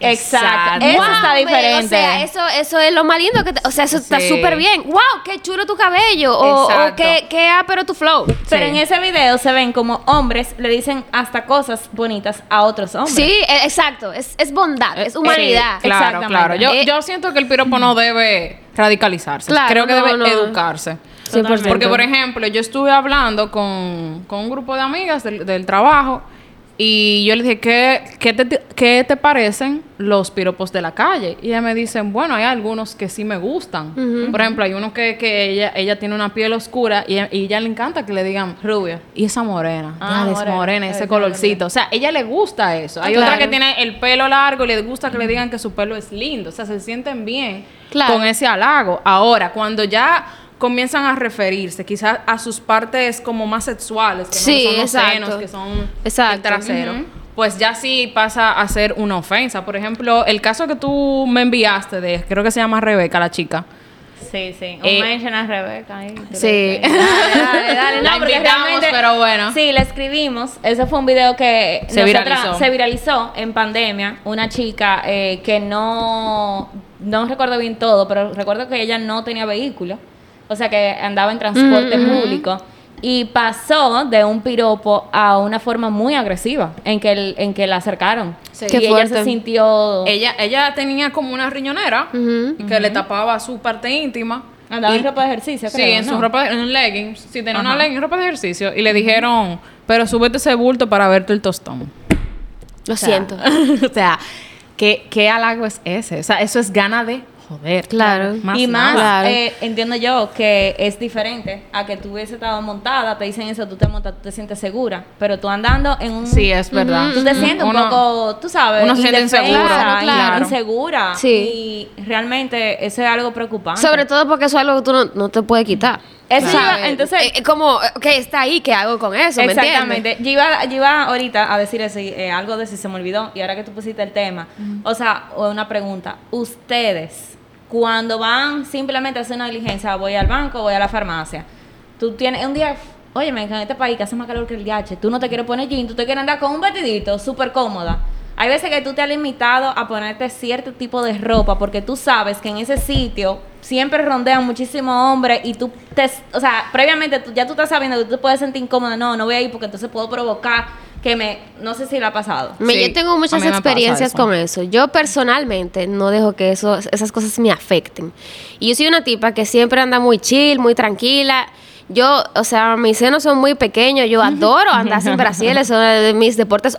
Speaker 2: Exacto.
Speaker 1: Exacto.
Speaker 2: Eso
Speaker 1: Wow,
Speaker 2: está
Speaker 3: hombre,
Speaker 2: diferente.
Speaker 3: O sea, eso, eso es lo más lindo que te- O sea, eso está
Speaker 1: Sí.
Speaker 3: súper bien. ¡Wow! ¡Qué chulo tu cabello! O, o
Speaker 1: Exacto.
Speaker 3: qué, qué pero tu flow.
Speaker 2: Pero
Speaker 1: Sí.
Speaker 2: en ese video se ven como hombres le dicen hasta cosas bonitas a otros hombres.
Speaker 3: Sí, eh, exacto. Es, es bondad, es humanidad.
Speaker 2: Eh, Sí,
Speaker 1: Eh, Claro,
Speaker 2: Exactamente.
Speaker 1: claro. Yo,
Speaker 3: Eh,
Speaker 1: yo siento que el piropo no debe radicalizarse.
Speaker 3: Claro,
Speaker 1: Creo que
Speaker 3: no,
Speaker 1: debe
Speaker 3: no.
Speaker 1: educarse.
Speaker 2: 100%.
Speaker 1: Porque, por ejemplo, yo estuve hablando con, con un grupo de amigas del, del trabajo y yo les dije, ¿qué, qué te, qué te parecen los piropos de la calle? Y ellas me dicen, bueno, hay algunos que sí me gustan. Por ejemplo, hay uno que, que ella, ella tiene una piel oscura y, y ella le encanta que le digan rubia. Y esa morena,
Speaker 2: Ah,
Speaker 1: Dale, es
Speaker 2: morena.
Speaker 1: morena, ese colorcito. O sea, ella le gusta eso. Hay
Speaker 3: Ah, Claro.
Speaker 1: otra que tiene el pelo largo y le gusta que le digan que su pelo es lindo. O sea, se sienten bien
Speaker 3: Claro.
Speaker 1: con ese halago. Ahora, cuando ya comienzan a referirse quizás a sus partes como más sexuales, que no
Speaker 3: Sí,
Speaker 1: son los
Speaker 3: exacto.
Speaker 1: senos, que son el
Speaker 3: Exacto.
Speaker 1: trasero, pues ya sí pasa a ser una ofensa. Por ejemplo, el caso que tú me enviaste de, creo que se llama Rebeca, la chica.
Speaker 2: sí, sí. Un
Speaker 1: Eh,
Speaker 2: mention a Rebeca. ahí.
Speaker 1: Sí.
Speaker 2: Dale, dale, dale.
Speaker 1: La
Speaker 2: No, porque
Speaker 1: invitamos,
Speaker 2: realmente-
Speaker 1: pero bueno.
Speaker 2: Sí, la escribimos. Ese fue un video que
Speaker 1: Se
Speaker 2: nosotras-
Speaker 1: viralizó.
Speaker 2: se viralizó en pandemia. Una chica eh, que no, no recuerdo bien todo, pero recuerdo que ella no tenía vehículo. O sea que andaba en transporte
Speaker 1: Mm,
Speaker 2: público. Y pasó de un piropo a una forma muy agresiva en que, el- en que la acercaron.
Speaker 1: Sí.
Speaker 2: Y
Speaker 3: Qué
Speaker 2: ella se
Speaker 3: fuerte.
Speaker 2: sintió...
Speaker 1: Ella, ella tenía como una riñonera
Speaker 3: Oh. Ujú.
Speaker 1: que le tapaba su parte íntima.
Speaker 2: Andaba
Speaker 1: Y-
Speaker 2: en ropa de ejercicio,
Speaker 1: Sí,
Speaker 2: creo,
Speaker 1: en
Speaker 2: ¿no?
Speaker 1: su ropa, en un legging. Sí, tenía una
Speaker 2: Ajá.
Speaker 1: legging, ropa de ejercicio. Y le dijeron, pero súbete ese bulto para verte el tostón.
Speaker 3: Lo siento.
Speaker 1: o sea, ¿qué, ¿qué halago es ese? O sea, eso es gana de joder.
Speaker 3: Claro.
Speaker 1: Más
Speaker 2: y más,
Speaker 1: nada.
Speaker 3: Claro.
Speaker 2: eh, entiendo yo que es diferente a que tú hubiese estado montada, te dicen eso, tú te montas, tú te sientes segura, pero tú andando en un...
Speaker 1: Sí, es verdad.
Speaker 2: Tú te sientes
Speaker 1: Uno-
Speaker 2: un poco, tú sabes,
Speaker 1: uno se siente
Speaker 2: indefensa
Speaker 1: inseguro.
Speaker 3: Claro,
Speaker 2: y
Speaker 3: claro.
Speaker 2: insegura.
Speaker 3: Sí.
Speaker 2: Y realmente eso es algo preocupante.
Speaker 3: Sobre todo porque eso es algo que tú no, no te puedes quitar.
Speaker 2: Eso
Speaker 3: ¿sabes?
Speaker 2: iba- entonces-
Speaker 3: Eh, eh, como, eh, ok, está ahí, ¿qué hago con eso? ¿Me entiendes?
Speaker 2: Exactamente. Yo iba, yo iba ahorita a decir eso y, eh, algo de si se me olvidó. Y ahora que tú pusiste el tema, o sea, o una pregunta. Ustedes, Cuando van simplemente a hacer una diligencia, voy al banco, voy a la farmacia. Tú tienes un día, oye, en este país que hace más calor que el DH, tú no te quieres poner jean, tú te quieres andar con un vestidito súper cómoda. Hay veces que tú te has limitado a ponerte cierto tipo de ropa porque tú sabes que en ese sitio siempre rondean muchísimos hombres y tú, te, o sea, previamente tú, ya tú estás sabiendo que tú te puedes sentir incómoda. No, no voy a ir porque entonces puedo provocar que me... No sé si le ha pasado.
Speaker 3: Me-
Speaker 1: Sí,
Speaker 3: yo tengo
Speaker 1: a
Speaker 3: muchas
Speaker 1: mí me pasa
Speaker 3: experiencias
Speaker 1: eso.
Speaker 3: con eso. Yo personalmente no dejo que eso, esas cosas me afecten. Y yo soy una tipa que siempre anda muy chill, muy tranquila. Yo, o sea, mis senos son muy pequeños. Yo adoro andar sin brasiles. Son de mis deportes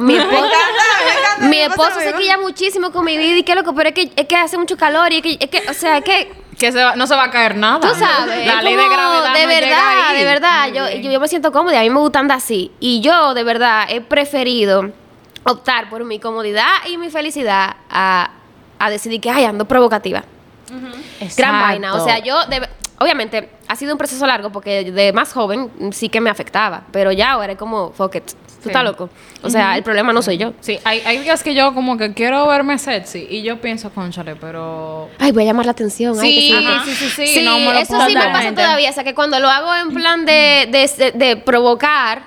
Speaker 3: Mi esposo, mi esposo se quilla muchísimo con mi vida. Y qué loco, pero es que, es que hace mucho calor. Y es que, es que, o sea, es que...
Speaker 1: Que se va- no se va a caer nada.
Speaker 3: Tú sabes.
Speaker 1: La
Speaker 3: es
Speaker 1: ley de
Speaker 3: como,
Speaker 1: gravedad.
Speaker 3: De
Speaker 1: no llega
Speaker 3: verdad,
Speaker 1: ahí.
Speaker 3: de verdad. Yo, yo, yo me siento cómoda. y A mí me gusta andar así. Y yo, de verdad, he preferido optar por mi comodidad y mi felicidad a, a decidir que, ay, ando provocativa. Gran vaina. O sea, yo, de- obviamente, ha sido un proceso largo porque de más joven mm, sí que me afectaba. Pero ya ahora es como, fuck it. Tú estás loco. O sea, el problema no soy yo.
Speaker 1: Sí, hay, hay días que yo como que quiero verme sexy y yo pienso, conchale, pero...
Speaker 3: Ay, voy a llamar la atención. ay, que
Speaker 1: Sí,
Speaker 3: sí.
Speaker 1: sí, sí, sí, no me lo
Speaker 3: eso
Speaker 1: puedo
Speaker 3: sí me pasa
Speaker 1: permitir.
Speaker 3: todavía. O sea, que cuando lo hago en plan de, de, de- de provocar,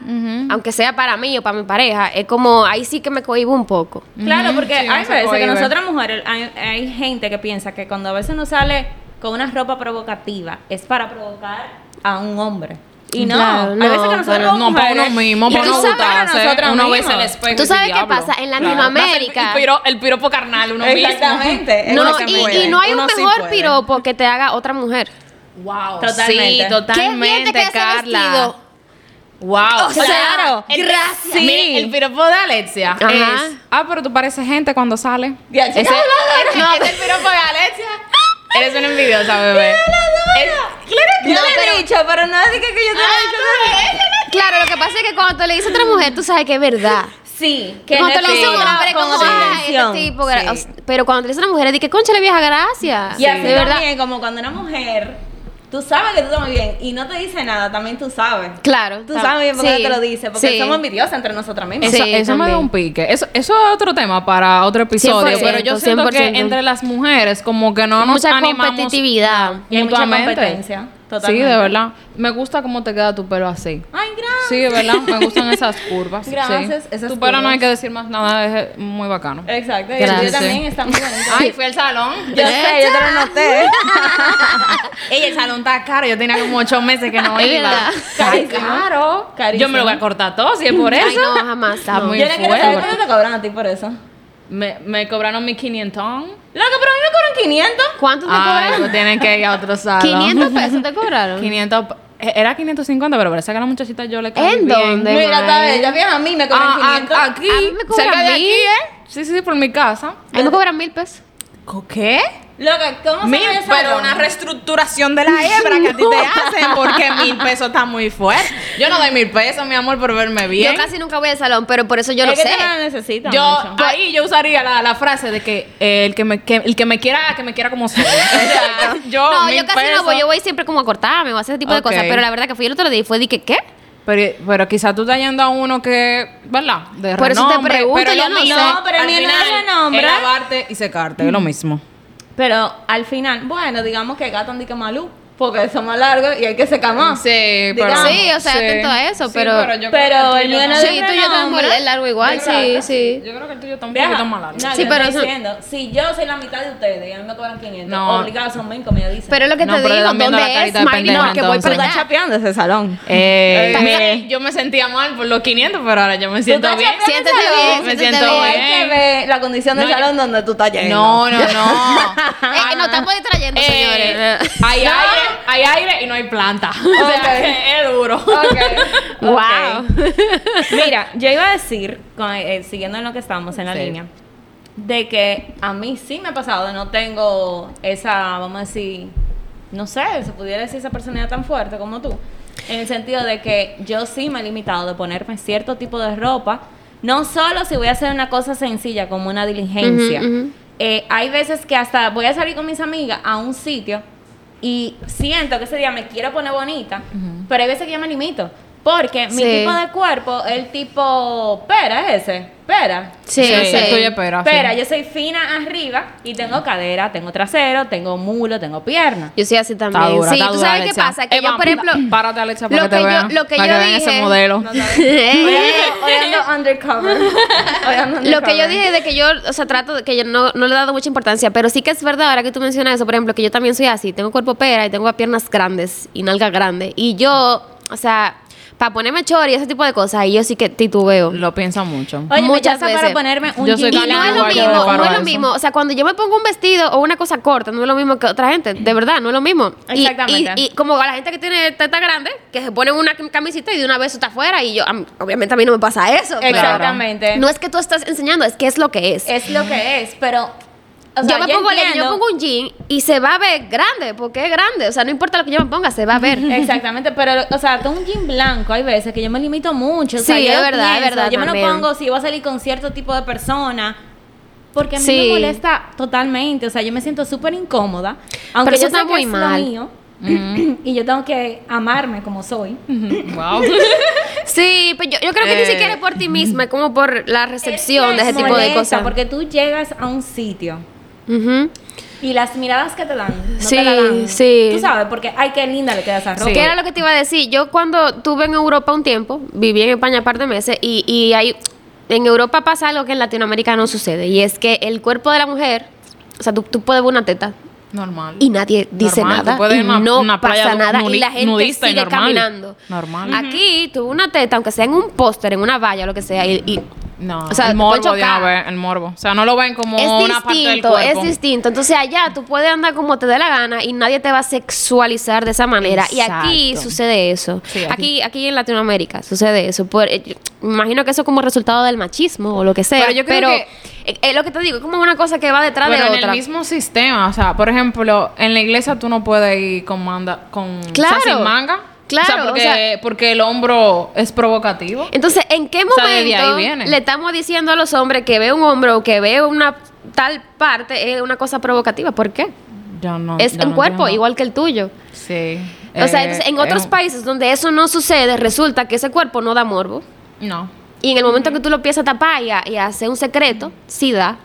Speaker 3: aunque sea para mí o para mi pareja, es como ahí sí que me cohibo un poco.
Speaker 2: Claro, porque
Speaker 1: sí, no
Speaker 2: hay
Speaker 1: se
Speaker 2: veces que
Speaker 1: cohíbe.
Speaker 2: nosotras mujeres, hay, hay gente que piensa que cuando a veces nos sale con una ropa provocativa es para provocar a un hombre. Y no,
Speaker 3: Claro,
Speaker 2: hay veces
Speaker 3: no,
Speaker 2: que nosotros
Speaker 3: bueno,
Speaker 2: como
Speaker 1: no, para
Speaker 2: mujeres-
Speaker 1: uno mismo,
Speaker 2: y
Speaker 1: para
Speaker 2: tú
Speaker 1: uno
Speaker 2: sabes,
Speaker 1: gustarse,
Speaker 2: nosotras
Speaker 1: uno ve
Speaker 2: mismas.
Speaker 1: el espejo.
Speaker 3: ¿Tú
Speaker 1: y
Speaker 3: sabes
Speaker 1: dice,
Speaker 3: qué
Speaker 1: "Diablo".
Speaker 3: pasa? En
Speaker 1: Claro.
Speaker 3: Latinoamérica-
Speaker 1: El, piro- el piropo carnal, uno mismo.
Speaker 4: Exactamente.
Speaker 3: No,
Speaker 4: Uno sí
Speaker 3: y,
Speaker 4: puede,
Speaker 3: y no hay un
Speaker 4: uno sí
Speaker 3: mejor
Speaker 4: puede.
Speaker 3: piropo que te haga otra mujer.
Speaker 1: Wow.
Speaker 2: Totalmente.
Speaker 1: Sí,
Speaker 3: Qué bien te
Speaker 1: totalmente,
Speaker 3: queda ese
Speaker 1: Carla.
Speaker 3: vestido.
Speaker 1: Wow.
Speaker 3: claro,
Speaker 1: gracias. el piropo de Alexia
Speaker 3: Ajá.
Speaker 1: es. Ah, pero tú pareces gente cuando sale.
Speaker 4: Ya, chica,
Speaker 1: Ese- ese es el piropo de Alexia. Eres una envidiosa, bebé. Es- claro que
Speaker 4: Yo
Speaker 3: No,
Speaker 4: le
Speaker 3: pero- Ah,
Speaker 4: he dicho, pero no es de que, que yo te lo he dicho.
Speaker 3: Claro, lo que pasa es que cuando te le dices a otra mujer, tú sabes que es verdad.
Speaker 2: Sí, que
Speaker 3: Cuando te lo
Speaker 2: no es
Speaker 3: dice un
Speaker 2: todo
Speaker 3: hombre,
Speaker 2: con
Speaker 3: como,
Speaker 2: otra
Speaker 3: ay,
Speaker 2: intención.
Speaker 3: este tipo. gra- o sea, Pero cuando te le dice a una mujer, di que concha le vieja gracia.
Speaker 2: Y así
Speaker 3: de verdad.
Speaker 2: también, como cuando una mujer, tú sabes que tú estás muy bien y no te dice nada, también tú sabes.
Speaker 3: Claro.
Speaker 2: Tú sabes bien por qué
Speaker 3: sí,
Speaker 2: te lo dice, porque
Speaker 3: sí.
Speaker 2: somos envidiosas entre nosotras mismas.
Speaker 1: Eso,
Speaker 3: Sí,
Speaker 1: eso me da
Speaker 3: también.
Speaker 1: un pique. Eso, eso es otro tema para otro episodio.
Speaker 3: 100%,
Speaker 1: Pero yo siento que
Speaker 3: 100%.
Speaker 1: entre las mujeres, como que no nos
Speaker 3: Mucha
Speaker 1: animamos
Speaker 3: competitividad.
Speaker 2: Y hay mucha
Speaker 1: mutuamente.
Speaker 2: competencia,
Speaker 1: Sí,
Speaker 2: totalmente.
Speaker 1: de verdad. Me gusta cómo te queda tu pelo así.
Speaker 2: Ay, gracias.
Speaker 1: Sí, de verdad. Me gustan esas curvas. sí.
Speaker 2: Gracias, esas
Speaker 1: tu pelo no
Speaker 2: curvas. Eh,
Speaker 1: hay que decir más nada. Es eh, muy bacano.
Speaker 2: Exacto, y
Speaker 3: Gracias.
Speaker 2: el tuyo también está muy bonito.
Speaker 1: Ay, fui al salón.
Speaker 4: Yo sé, yo te lo noté.
Speaker 1: Ella, el salón está caro. Yo tenía como ocho meses que no
Speaker 3: Es
Speaker 1: iba.
Speaker 3: verdad.
Speaker 1: Está caro. Yo me lo voy a cortar todo, si es por eso.
Speaker 3: Ay, no, jamás.
Speaker 1: Está muy
Speaker 2: Yo le quiero saber
Speaker 1: fuerte.
Speaker 2: cuánto te cobran a ti por eso. Loco,
Speaker 1: Me, me cobraron mis 500.
Speaker 2: pero a mí me cobran 500.
Speaker 3: ¿Cuánto te
Speaker 1: Ay,
Speaker 3: cobran?
Speaker 1: pues tienen que ir a otro salón.
Speaker 3: 500 pesos te cobraron.
Speaker 1: 500 pe- eh, era 550, pero parece que a la muchachita yo le caí
Speaker 3: ¿En
Speaker 1: bien.
Speaker 3: dónde? De
Speaker 2: Mira,
Speaker 3: madre.
Speaker 2: tal vez, ya vieron a mí, me cobran
Speaker 1: Ah,
Speaker 2: 500.
Speaker 1: ah, aquí,
Speaker 3: A mí me cobran
Speaker 1: cerca de aquí,
Speaker 3: mil.
Speaker 1: ¿eh? Sí, sí, sí, por mi casa.
Speaker 3: A mí me cobran mil pesos.
Speaker 1: ¿Qué?
Speaker 2: Loca, ¿cómo se
Speaker 1: Mil,
Speaker 2: llama ese
Speaker 1: pero
Speaker 2: salón?
Speaker 1: una reestructuración de la hebra que a ti te hacen porque mil pesos está muy fuerte. Yo no doy mil pesos, mi amor, por verme bien.
Speaker 3: Yo casi nunca voy al salón, pero por eso yo lo
Speaker 2: Es que
Speaker 3: sé.
Speaker 2: tú no lo necesitas
Speaker 1: Yo,
Speaker 2: mucho.
Speaker 1: ahí yo usaría la, la frase de que, eh, el que me que- el que me quiera que me quiera como soy. yo
Speaker 3: no,
Speaker 1: mil
Speaker 3: yo casi
Speaker 1: pesos.
Speaker 3: no voy. Yo voy siempre como a cortarme o a hacer ese tipo
Speaker 1: Ok.
Speaker 3: de cosas. Pero la verdad que fui el otro día y fue de que, ¿qué?
Speaker 1: Pero, pero quizás tú estás yendo a uno que, ¿verdad? De
Speaker 3: Por eso te
Speaker 1: renombre,
Speaker 3: pregunto,
Speaker 1: pero es
Speaker 3: yo
Speaker 1: lo
Speaker 3: no
Speaker 1: mismo.
Speaker 2: sé. No, pero
Speaker 1: Al
Speaker 2: ni el
Speaker 1: final,
Speaker 2: de renombre.
Speaker 1: es lavarte y secarte, es lo mismo.
Speaker 2: Pero al final, bueno, digamos que gastan de que malú, porque son más largos y hay que secar más.
Speaker 1: Sí,
Speaker 2: pero-
Speaker 3: Ah. Sí, o sea, atento a eso, pero-
Speaker 1: yo creo
Speaker 2: Pero
Speaker 1: que
Speaker 2: el
Speaker 1: tuyo
Speaker 2: mío no
Speaker 1: tam-
Speaker 2: es de
Speaker 3: Sí, tú yo tengo
Speaker 2: renombre.
Speaker 3: el largo igual, sí,
Speaker 2: Exacto.
Speaker 3: sí.
Speaker 1: Yo creo que el tuyo está un
Speaker 2: Vieja,
Speaker 1: poquito más largo.
Speaker 2: no,
Speaker 3: Sí,
Speaker 2: yo
Speaker 3: pero
Speaker 2: estoy
Speaker 3: eso-
Speaker 2: diciendo, si yo soy la mitad de ustedes y a mí me cobran 500,
Speaker 1: No.
Speaker 2: obligados son 20, me dicen.
Speaker 3: Pero es lo que
Speaker 1: No,
Speaker 3: te
Speaker 1: pero le
Speaker 3: digo,
Speaker 1: están viendo la
Speaker 3: ¿dónde
Speaker 1: carita
Speaker 3: es?
Speaker 1: de
Speaker 3: Mari?
Speaker 1: pendejo,
Speaker 2: Ah,
Speaker 3: No, que voy
Speaker 1: entonces.
Speaker 3: para
Speaker 4: Está
Speaker 3: allá.
Speaker 4: chapeando ese salón.
Speaker 1: Eh,
Speaker 2: Eh,
Speaker 1: mire, yo me sentía mal por los 500, pero ahora yo me siento
Speaker 2: estás
Speaker 1: bien.
Speaker 2: chapeando
Speaker 3: Siéntete
Speaker 2: ese
Speaker 3: bien,
Speaker 2: salón.
Speaker 1: Me
Speaker 3: siéntete
Speaker 1: siento
Speaker 2: Pero
Speaker 3: bien.
Speaker 2: hay que ver la condición del
Speaker 1: No,
Speaker 2: salón donde tú estás yendo.
Speaker 1: No, no, no.
Speaker 3: Eh, que no estamos distrayendo,
Speaker 1: Ah. Eh,
Speaker 3: señores.
Speaker 1: hay aire, hay aire y no hay planta. O sea, que es duro.
Speaker 3: Wow.
Speaker 2: Mira, yo iba a decir, con- eh, siguiendo en lo que estábamos en la
Speaker 1: Sí.
Speaker 2: línea, de que a mí sí me ha pasado, no tengo esa, vamos a decir, no sé, se pudiera decir esa personalidad tan fuerte como tú, en el sentido de que yo sí me he limitado de ponerme cierto tipo de ropa, no solo si voy a hacer una cosa sencilla como una diligencia,
Speaker 3: Ujú, ujú.
Speaker 2: Eh, hay veces que hasta voy a salir con mis amigas a un sitio y siento que ese día me quiero poner bonita, pero hay veces que yo me limito. Porque mi
Speaker 3: Sí.
Speaker 2: tipo de cuerpo, el tipo pera es ese, pera.
Speaker 3: Sí,
Speaker 1: Sí,
Speaker 3: sí.
Speaker 1: el tuyo es pera, sí.
Speaker 2: Pera, yo soy fina arriba y tengo cadera, tengo trasero, tengo mulo, tengo pierna.
Speaker 3: Yo soy así también.
Speaker 1: Está dura,
Speaker 3: sí,
Speaker 1: está
Speaker 3: tú
Speaker 1: dura, Eh,
Speaker 3: sabes qué
Speaker 1: Alexia.
Speaker 3: pasa. Que
Speaker 1: Eva,
Speaker 3: yo, por ejemplo.
Speaker 1: Párate, Alexa, para
Speaker 3: Lo
Speaker 1: que te
Speaker 3: que yo,
Speaker 1: vean.
Speaker 3: lo que
Speaker 1: para
Speaker 3: yo
Speaker 1: que vean
Speaker 3: dije. Eh,
Speaker 1: ese modelo.
Speaker 2: Hoy ando- hoy ando undercover. Hoy ando
Speaker 3: Lo que yo
Speaker 2: undercover.
Speaker 3: dije de que yo, o sea, trato de que yo no, no le he dado mucha importancia, pero sí que es verdad, ahora que tú mencionas eso, por ejemplo, que yo también soy así, tengo cuerpo pera y tengo piernas grandes y nalga grande. Y yo, o sea, para ponerme chori y ese tipo de cosas, y yo sí que titubeo.
Speaker 1: Lo piensa mucho.
Speaker 2: Oye, me
Speaker 3: muchas
Speaker 2: llama para
Speaker 3: veces.
Speaker 2: ponerme un
Speaker 1: Yo soy
Speaker 2: jean
Speaker 3: Y no es
Speaker 1: Ganando
Speaker 3: lo
Speaker 1: igual, yo
Speaker 3: mismo,
Speaker 1: me paro
Speaker 3: no
Speaker 1: a
Speaker 3: es lo
Speaker 1: eso.
Speaker 3: mismo. O sea, cuando yo me pongo un vestido o una cosa corta, no es lo mismo que otra gente. De verdad, no es lo mismo. Y-
Speaker 2: Exactamente.
Speaker 3: Y, y como a la gente que tiene teta grande, que se ponen una cam- camisita y de una vez está afuera, y yo, a mí- obviamente a mí no me pasa eso. pero-
Speaker 2: Exactamente.
Speaker 3: No es que tú estás enseñando, es que es lo que es.
Speaker 2: Es lo que es, pero. o sea,
Speaker 3: yo me pongo, le- yo
Speaker 2: entiendo-
Speaker 3: pongo un jean y se va a ver grande, porque es grande. O sea, no importa lo que yo me ponga, se va a ver.
Speaker 2: Exactamente, pero, o sea, tengo un jean blanco, hay veces que yo me limito mucho. o sea,
Speaker 3: Sí,
Speaker 2: yo
Speaker 3: es
Speaker 2: lo
Speaker 3: verdad, es verdad
Speaker 2: Yo me
Speaker 3: también.
Speaker 2: lo pongo si voy a salir con cierto tipo de persona. Porque a mí
Speaker 3: Sí.
Speaker 2: me molesta totalmente, o sea, yo me siento súper incómoda. Aunque
Speaker 3: eso
Speaker 2: yo
Speaker 3: está
Speaker 2: sé que
Speaker 3: muy
Speaker 2: es lo
Speaker 3: mal.
Speaker 2: mío, y yo tengo que amarme como soy.
Speaker 1: wow.
Speaker 3: sí, pues yo, yo creo que ni
Speaker 1: Eh.
Speaker 3: siquiera es por ti misma, es como por la recepción de ese tipo de
Speaker 2: Molesta,
Speaker 3: cosas.
Speaker 2: Porque tú llegas a un sitio
Speaker 3: Ujú.
Speaker 2: y las miradas que te dan, no
Speaker 3: Sí,
Speaker 2: te la dan.
Speaker 3: sí.
Speaker 2: Tú sabes, porque ay, qué linda le queda esa ropa.
Speaker 1: Sí.
Speaker 3: ¿Qué era lo que te iba a decir? Yo cuando estuve en Europa un tiempo, viví en España un par de meses y, y ahí en Europa pasa algo que en Latinoamérica no sucede y es que el cuerpo de la mujer, o sea, tú, tú puedes ver una teta
Speaker 1: Normal.
Speaker 3: y nadie dice
Speaker 1: Normal, tú
Speaker 3: nada
Speaker 1: puedes
Speaker 3: y
Speaker 1: ir a una-
Speaker 3: no
Speaker 1: una playa
Speaker 3: pasa
Speaker 1: nu-
Speaker 3: nada y
Speaker 1: nudi-
Speaker 3: la gente
Speaker 1: nudista y
Speaker 3: sigue
Speaker 1: normal.
Speaker 3: caminando.
Speaker 1: Normal.
Speaker 3: Aquí tuve una teta, aunque sea en un póster, en una valla o lo que sea, y, y
Speaker 1: No,
Speaker 3: O sea,
Speaker 1: el
Speaker 3: te
Speaker 1: morbo
Speaker 3: pueden
Speaker 1: de una
Speaker 3: chocar.
Speaker 1: vez, el morbo. O sea, no lo ven como
Speaker 3: es
Speaker 1: una parte del
Speaker 3: distinto,
Speaker 1: cuerpo.
Speaker 3: es distinto. Entonces allá tú puedes andar como te dé la gana y nadie te va a sexualizar de esa manera. Y aquí
Speaker 1: Exacto.
Speaker 3: sucede eso.
Speaker 1: Sí,
Speaker 3: aquí.
Speaker 1: aquí-
Speaker 3: aquí en Latinoamérica sucede eso. Por, eh, yo- me imagino que eso como resultado del machismo o lo que sea. Pero
Speaker 1: Pero yo creo que-
Speaker 3: eh, eh, lo que te digo, es como una cosa que va detrás
Speaker 1: Pero
Speaker 3: de
Speaker 1: en
Speaker 3: otra.
Speaker 1: el mismo sistema, o sea, por ejemplo, en la iglesia tú no puedes ir con manda, con o sea,
Speaker 3: Claro.
Speaker 1: sin manga.
Speaker 3: Claro,
Speaker 1: O sea, porque,
Speaker 3: o sea- Eh,
Speaker 1: porque el hombro es provocativo.
Speaker 3: Entonces, ¿en qué
Speaker 1: O sea,
Speaker 3: momento
Speaker 1: desde ahí viene.
Speaker 3: le estamos diciendo a los hombres que ve un hombro o que ve una tal parte es una cosa provocativa? ¿Por qué?
Speaker 1: Yo no.
Speaker 3: Es
Speaker 1: yo
Speaker 3: un
Speaker 1: no
Speaker 3: cuerpo
Speaker 1: entiendo.
Speaker 3: igual que el tuyo.
Speaker 1: Sí.
Speaker 3: O sea,
Speaker 1: Eh,
Speaker 3: entonces, en
Speaker 1: es
Speaker 3: otros
Speaker 1: un-
Speaker 3: países donde eso no sucede, resulta que ese cuerpo no da morbo.
Speaker 1: No.
Speaker 3: Y en el momento que tú lo empiezas a tapar y, a- y a hacer un secreto, sí da.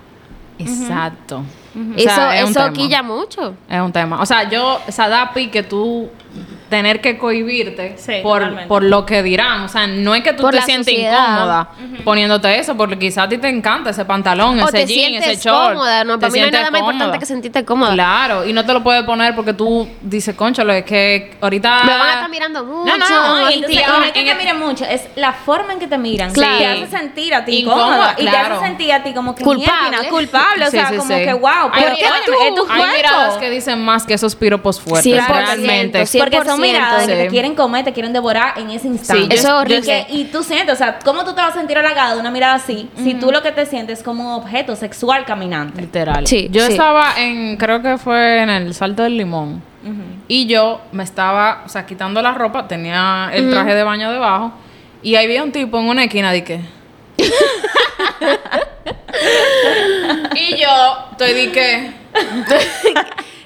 Speaker 1: Exacto. O
Speaker 3: Eso,
Speaker 1: sea, es un
Speaker 3: eso
Speaker 1: tema.
Speaker 3: quilla mucho.
Speaker 1: Es un tema. O sea, yo, o sea, da pique tú tener que cohibirte
Speaker 2: Sí,
Speaker 1: por,
Speaker 2: totalmente.
Speaker 1: por lo que dirán. O sea, no es que tú
Speaker 3: Por
Speaker 1: te
Speaker 3: la
Speaker 1: sientes
Speaker 3: sociedad.
Speaker 1: incómoda poniéndote eso, porque quizás a ti te encanta ese pantalón,
Speaker 3: O
Speaker 1: ese
Speaker 3: te
Speaker 1: jean, ese
Speaker 3: sientes
Speaker 1: short.
Speaker 3: cómoda, no,
Speaker 1: Te
Speaker 3: para mí no hay
Speaker 1: sientes
Speaker 3: nada más importante
Speaker 1: cómoda.
Speaker 3: que sentirte cómoda.
Speaker 1: Claro, y no te lo puedes poner porque tú dices, conchalo, es que ahorita...
Speaker 3: Me van a estar mirando
Speaker 1: Ah. No, no,
Speaker 3: mucho,
Speaker 1: no.
Speaker 2: No,
Speaker 1: y
Speaker 2: y entonces,
Speaker 1: te-
Speaker 2: y no es que
Speaker 1: en e-
Speaker 2: te
Speaker 1: el-
Speaker 2: miren mucho, es la forma en que te miran.
Speaker 3: Claro.
Speaker 2: Te hace sentir a ti
Speaker 1: Incómoda,
Speaker 2: incómoda. Y te
Speaker 1: claro.
Speaker 2: hace sentir a ti como que
Speaker 3: Culpable.
Speaker 2: mierda, culpable. O
Speaker 1: Sí,
Speaker 2: sea,
Speaker 1: sí,
Speaker 2: como
Speaker 1: sí.
Speaker 2: que wow.
Speaker 1: Hay-
Speaker 2: Pero
Speaker 3: ¿por qué tú?
Speaker 2: es tu
Speaker 1: Hay miradas
Speaker 2: cuerpo.
Speaker 1: que dicen más que esos piropos fuertes,
Speaker 3: 100%.
Speaker 1: realmente.
Speaker 3: Sí,
Speaker 2: Porque son
Speaker 3: 100%,
Speaker 2: miradas que
Speaker 1: sí.
Speaker 2: te quieren comer, te quieren devorar en ese instante.
Speaker 1: yo- Eso es
Speaker 3: horrible.
Speaker 2: Y, que- y tú sientes, o sea, ¿cómo tú te vas a sentir halagada de una mirada así si tú lo que te sientes es como un objeto sexual caminante?
Speaker 1: Literal.
Speaker 3: Sí,
Speaker 1: yo
Speaker 3: sí.
Speaker 1: estaba en, creo que fue en el Salto del Limón. Y yo me estaba, o sea, quitando la ropa, tenía el traje de baño debajo. Y ahí había un tipo en una esquina de que. y yo estoy de que.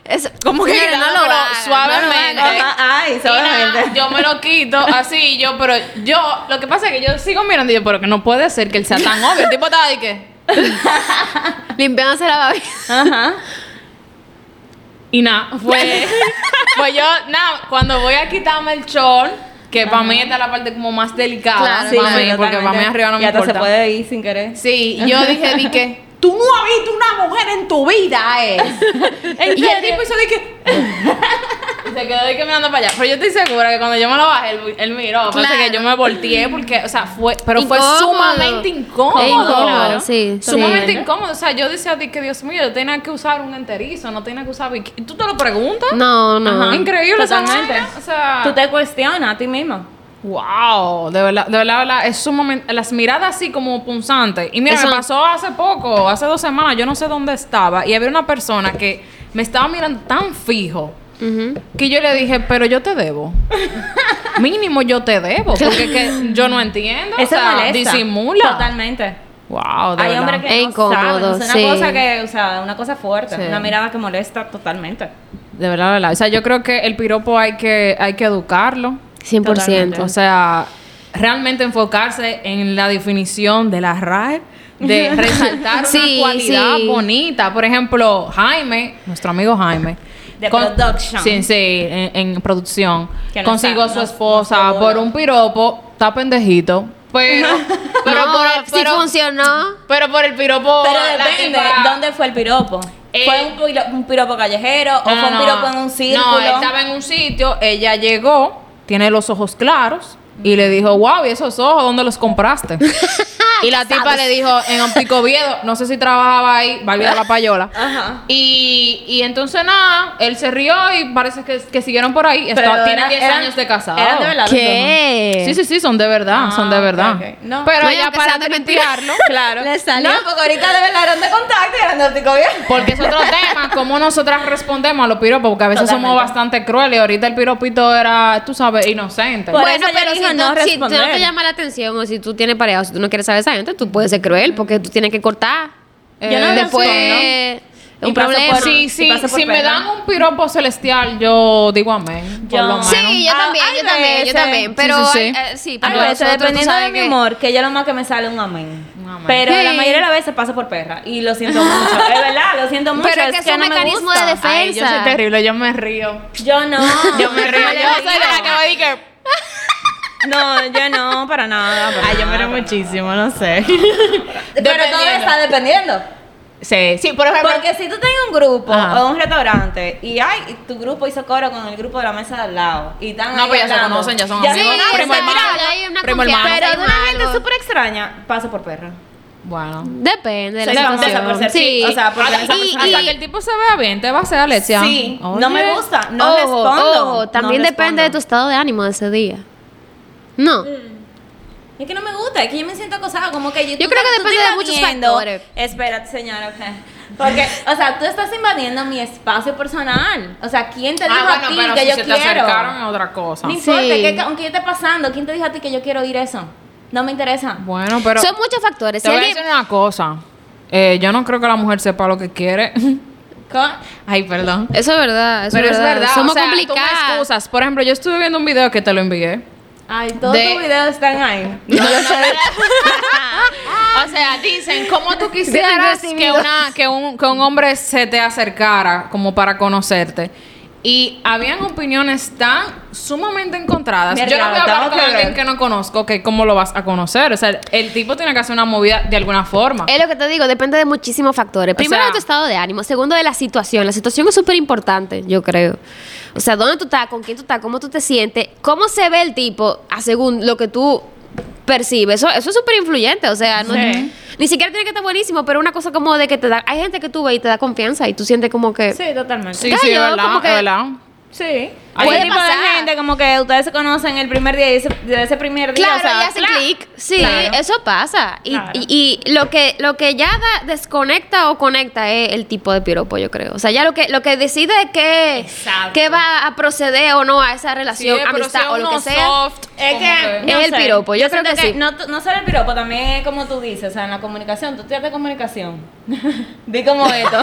Speaker 3: Es-
Speaker 1: Como que
Speaker 3: Señores,
Speaker 1: no
Speaker 3: hagan,
Speaker 1: suavemente.
Speaker 3: no lo hagan.
Speaker 2: Ay,
Speaker 1: Y nada, yo me lo quito así, y yo, pero yo, lo que pasa es que yo sigo mirando y yo, pero que no puede ser que él sea tan obvio. El tipo estaba de que.
Speaker 3: Limpiándose la babita.
Speaker 2: Ajá.
Speaker 1: Y nada, fue. pues yo, nada, cuando voy a quitarme el chón, que para mí esta es la parte como más delicada.
Speaker 2: Ah,
Speaker 3: Claro,
Speaker 1: para
Speaker 3: sí,
Speaker 1: mí, porque para mí arriba no me
Speaker 2: ya te
Speaker 1: importa.
Speaker 2: se puede ir sin querer.
Speaker 1: Sí, y yo dije, dije, tú no has visto una mujer en tu vida, eh. y el tipo hizo, dije. y se quedó de que mirando para allá. Pero yo estoy segura que cuando yo me lo bajé, él, él miró. Parece
Speaker 3: Claro.
Speaker 1: que yo me volteé porque, o sea, fue. Pero
Speaker 3: Incómodo.
Speaker 1: fue sumamente incómodo.
Speaker 3: Es incómodo, sí,
Speaker 1: Sumamente
Speaker 3: sí.
Speaker 1: incómodo. O sea, yo decía, de que Dios mío, yo tenía que usar un enterizo, no tenía que usar bikini. ¿Tú te lo preguntas?
Speaker 3: No, no.
Speaker 1: Ajá, increíble esa
Speaker 2: Totalmente.
Speaker 1: vaina, O sea,
Speaker 2: Tú te cuestionas a ti mismo.
Speaker 1: wow, de verdad, de verdad, de verdad, es sumamente, las miradas así como punzantes. Y mira,
Speaker 3: Eso-
Speaker 1: me pasó hace poco, hace dos semanas, yo no sé dónde estaba, y había una persona que me estaba mirando tan fijo
Speaker 3: Ujú.
Speaker 1: que yo le dije, pero yo te debo. Mínimo yo te debo, porque es que yo no entiendo.
Speaker 2: Eso
Speaker 1: o sea,
Speaker 2: molesta.
Speaker 1: disimula.
Speaker 2: Totalmente.
Speaker 1: Wow, de
Speaker 2: Hay
Speaker 1: verdad.
Speaker 2: hombres que
Speaker 3: Es
Speaker 2: no
Speaker 3: incómodo,
Speaker 2: saben. o sea, una
Speaker 3: sí.
Speaker 2: cosa que, o sea, una cosa fuerte,
Speaker 1: Sí.
Speaker 2: una mirada que molesta totalmente.
Speaker 1: De verdad, de verdad. O sea, yo creo que el piropo hay que, hay que educarlo.
Speaker 3: 100%.
Speaker 2: Eh. Totalmente.
Speaker 1: O sea, realmente enfocarse en la definición de la RAE, de resaltar una
Speaker 3: Sí,
Speaker 1: cualidad
Speaker 3: sí.
Speaker 1: bonita. Por ejemplo, Jaime, nuestro amigo Jaime.
Speaker 2: De
Speaker 1: con-
Speaker 2: production.
Speaker 1: Sí, sí, en, en producción.
Speaker 2: Que no
Speaker 1: Consiguió a
Speaker 2: está-
Speaker 1: su
Speaker 2: no-
Speaker 1: esposa
Speaker 2: no se
Speaker 1: por
Speaker 2: bola.
Speaker 1: un piropo, está pendejito, pero... pero
Speaker 3: no,
Speaker 1: por el-
Speaker 3: sí
Speaker 1: pero-
Speaker 3: funcionó.
Speaker 1: pero por el piropo...
Speaker 2: Pero
Speaker 1: la
Speaker 2: depende,
Speaker 1: tipa-
Speaker 2: ¿dónde fue el piropo?
Speaker 1: Eh,
Speaker 2: ¿Fue un piro- un piropo callejero o
Speaker 1: No,
Speaker 2: fue un
Speaker 1: no,
Speaker 2: piropo
Speaker 1: no.
Speaker 2: en un círculo?
Speaker 1: No, él estaba en un sitio, ella llegó, tiene los ojos claros y le dijo, wow, ¿y esos ojos dónde los compraste? y la tipa le dijo, en Ampico Viedo, no sé si trabajaba ahí, valga la payola.
Speaker 2: Ajá.
Speaker 1: Y, y entonces nada, él se rió y parece que, que siguieron por ahí.
Speaker 2: Pero
Speaker 1: Está- tiene
Speaker 2: era-
Speaker 1: 10
Speaker 2: eran-
Speaker 1: años de casado.
Speaker 2: eran de verdad los
Speaker 3: ¿Qué?
Speaker 1: Sí, sí, sí, son de verdad,
Speaker 2: Ah,
Speaker 1: son de verdad.
Speaker 2: ok, ok. No.
Speaker 1: Pero
Speaker 3: No,
Speaker 1: ya
Speaker 3: aunque sea
Speaker 1: para
Speaker 3: de mentira.
Speaker 1: limpiarlo,
Speaker 2: Claro.
Speaker 4: Le salió.
Speaker 2: No, porque ahorita de verdad eran de contacto y eran de óptico bien.
Speaker 1: Porque es otro tema, cómo nosotras respondemos a los piropos, porque a veces somos
Speaker 2: Totalmente.
Speaker 1: bastante crueles. Ahorita el piropito era, tú sabes, inocente.
Speaker 2: Por
Speaker 3: bueno,
Speaker 2: eso yo
Speaker 3: pero si,
Speaker 2: dije
Speaker 3: tú-
Speaker 2: no
Speaker 3: si tú no te
Speaker 2: responder.
Speaker 3: llama la atención o si tú tienes pareja o si tú no quieres saber esa gente, tú puedes ser cruel porque tú tienes que cortar.
Speaker 1: Yo
Speaker 3: Eh,
Speaker 1: no
Speaker 3: después
Speaker 2: ¿no?
Speaker 3: un
Speaker 2: Y paso
Speaker 3: problema.
Speaker 2: por-
Speaker 1: sí,
Speaker 2: y
Speaker 1: sí,
Speaker 2: pasa por
Speaker 1: si me
Speaker 2: pena.
Speaker 1: dan un piropo celestial, yo digo amén.
Speaker 2: Yo-
Speaker 1: Por lo menos.
Speaker 3: Sí, yo
Speaker 2: Ah,
Speaker 3: también,
Speaker 2: hay
Speaker 3: yo también, yo
Speaker 2: veces.
Speaker 3: también.
Speaker 1: Sí,
Speaker 3: Pero
Speaker 1: sí, sí.
Speaker 3: hay- eh, sí,
Speaker 2: A
Speaker 3: pero
Speaker 2: veces,
Speaker 3: nosotros, tú
Speaker 2: dependiendo
Speaker 3: sabes
Speaker 2: de mi
Speaker 3: que-
Speaker 2: humor, que yo lo más que me sale un amén.
Speaker 1: Un amén.
Speaker 2: Pero la
Speaker 3: Sí.
Speaker 2: mayoría de las veces pasa por perra. Y lo siento mucho. Es verdad, lo siento mucho.
Speaker 3: Pero es que es un
Speaker 2: no me
Speaker 3: mecanismo
Speaker 2: gusta.
Speaker 3: de defensa.
Speaker 1: Ay, yo soy terrible, yo me río.
Speaker 2: Yo no.
Speaker 1: Yo me río, yo soy de la que va a decir que-
Speaker 2: No, yo no, para nada. para
Speaker 1: Ay, yo me
Speaker 2: nada,
Speaker 1: río
Speaker 2: para
Speaker 1: muchísimo, no sé.
Speaker 2: Pero todo está dependiendo.
Speaker 1: Sí, sí, por ejemplo.
Speaker 2: Porque si tú tienes un grupo
Speaker 1: Ajá.
Speaker 2: o un restaurante y ay, y tu grupo hizo coro con el grupo de la mesa de al lado y están
Speaker 1: No,
Speaker 2: ahí
Speaker 1: pues ya se
Speaker 2: hablando.
Speaker 1: conocen, ya son
Speaker 3: Sí,
Speaker 1: amigos.
Speaker 2: son
Speaker 1: Primo
Speaker 3: o sea,
Speaker 2: amigos.
Speaker 1: hermano,
Speaker 3: mira, hay una
Speaker 1: primo
Speaker 3: confianza,
Speaker 1: hermano.
Speaker 2: Pero
Speaker 3: hay
Speaker 2: de una gente
Speaker 3: algo.
Speaker 2: súper extraña, paso por perra.
Speaker 1: Bueno.
Speaker 3: Depende de
Speaker 2: Soy
Speaker 3: la
Speaker 2: famosa
Speaker 3: situación.
Speaker 2: por ser chi- o sea, por
Speaker 1: Hasta,
Speaker 2: ser esa
Speaker 1: Ah, y-
Speaker 2: persona.
Speaker 1: hasta que el tipo se vea bien, te va a hacer Alexia.
Speaker 2: pues, Sí, no me
Speaker 1: Oye.
Speaker 2: gusta, no
Speaker 3: ojo,
Speaker 2: respondo.
Speaker 3: ojo,
Speaker 2: no
Speaker 3: también depende de tu
Speaker 2: respondo.
Speaker 3: estado de ánimo de ese día. No.
Speaker 2: Es que no me gusta, es que yo me siento acosada, como que yo, tú
Speaker 3: creo que
Speaker 2: tú te
Speaker 3: depende de muchos
Speaker 2: invadiendo-
Speaker 3: factores.
Speaker 2: Espérate, señora, ok. porque, o sea, tú estás invadiendo mi espacio personal. O sea, ¿quién te dijo
Speaker 1: Ah,
Speaker 2: a
Speaker 1: bueno,
Speaker 2: ti
Speaker 1: pero
Speaker 2: que
Speaker 1: si
Speaker 2: yo
Speaker 1: se te
Speaker 2: quiero?
Speaker 1: acercaron es otra cosa.
Speaker 2: No importa,
Speaker 3: Sí.
Speaker 2: que, aunque yo esté pasando, ¿quién te dijo a ti que yo quiero oír eso? No me interesa.
Speaker 1: Bueno, pero.
Speaker 3: Son muchos factores.
Speaker 1: Te
Speaker 3: Si
Speaker 1: voy a
Speaker 3: alguien-
Speaker 1: decir una cosa. Eh, yo no creo que la mujer sepa lo que quiere.
Speaker 2: Co-
Speaker 1: Ay, perdón.
Speaker 3: Eso es verdad, eso
Speaker 1: Pero
Speaker 3: es verdad. Somos
Speaker 1: o sea, tú me
Speaker 3: complicadas.
Speaker 1: excusas. Por ejemplo, yo estuve viendo un video que te lo envié.
Speaker 2: Ay, todos
Speaker 1: De-
Speaker 2: tus videos están ahí.
Speaker 1: o sea, dicen, ¿cómo tú quisieras que, una, que, un, que un hombre se te acercara como para conocerte? Y habían opiniones tan sumamente encontradas.
Speaker 2: Mira,
Speaker 1: Yo no voy a
Speaker 2: tengo
Speaker 1: hablar con
Speaker 2: que
Speaker 1: alguien
Speaker 2: ver.
Speaker 1: que no conozco, que cómo lo vas a conocer. O sea, el tipo tiene que hacer una movida de alguna forma.
Speaker 3: Es lo que te digo, depende de muchísimos factores. Primero
Speaker 1: sea-
Speaker 3: de tu estado de ánimo, segundo de la situación. La situación es súper importante, yo creo. O sea, dónde tú estás, con quién tú estás, cómo tú te sientes, cómo se ve el tipo, a según lo que tú percibes. Eso, eso es súper influyente, o sea, no-
Speaker 2: Sí.
Speaker 3: ni siquiera tiene que estar buenísimo, pero una cosa como de que te da, hay gente que tú ves y te da confianza y tú sientes como que...
Speaker 2: Sí, totalmente.
Speaker 1: Sí,
Speaker 3: Claro,
Speaker 1: sí, es
Speaker 3: yo
Speaker 1: verdad,
Speaker 3: como
Speaker 1: es
Speaker 3: que-
Speaker 1: verdad.
Speaker 2: Sí.
Speaker 1: Ay,
Speaker 2: Hay
Speaker 1: puede
Speaker 2: un tipo de
Speaker 3: pasar.
Speaker 2: gente como que ustedes se conocen el primer día y ese, de ese primer día.
Speaker 3: Claro,
Speaker 2: o sea,
Speaker 3: y hacen
Speaker 2: claro.
Speaker 3: clic. Sí,
Speaker 2: Claro.
Speaker 3: eso pasa. Y,
Speaker 2: Claro.
Speaker 3: y- y lo que lo que ya da- desconecta o conecta es el tipo de piropo, yo creo. O sea, ya lo que lo que decide qué
Speaker 2: Exacto.
Speaker 3: qué va a proceder o no a esa
Speaker 1: Sí,
Speaker 3: relación,
Speaker 1: pero
Speaker 3: amistad
Speaker 1: sea
Speaker 3: o lo
Speaker 1: uno
Speaker 3: que sea.
Speaker 1: soft,
Speaker 2: Es
Speaker 1: como
Speaker 2: que,
Speaker 3: Es el piropo, yo creo
Speaker 2: siento
Speaker 3: que sí.
Speaker 2: No, no solo el piropo, también es como tú dices, o sea, en la comunicación, tú estudiaste comunicación. Di como esto.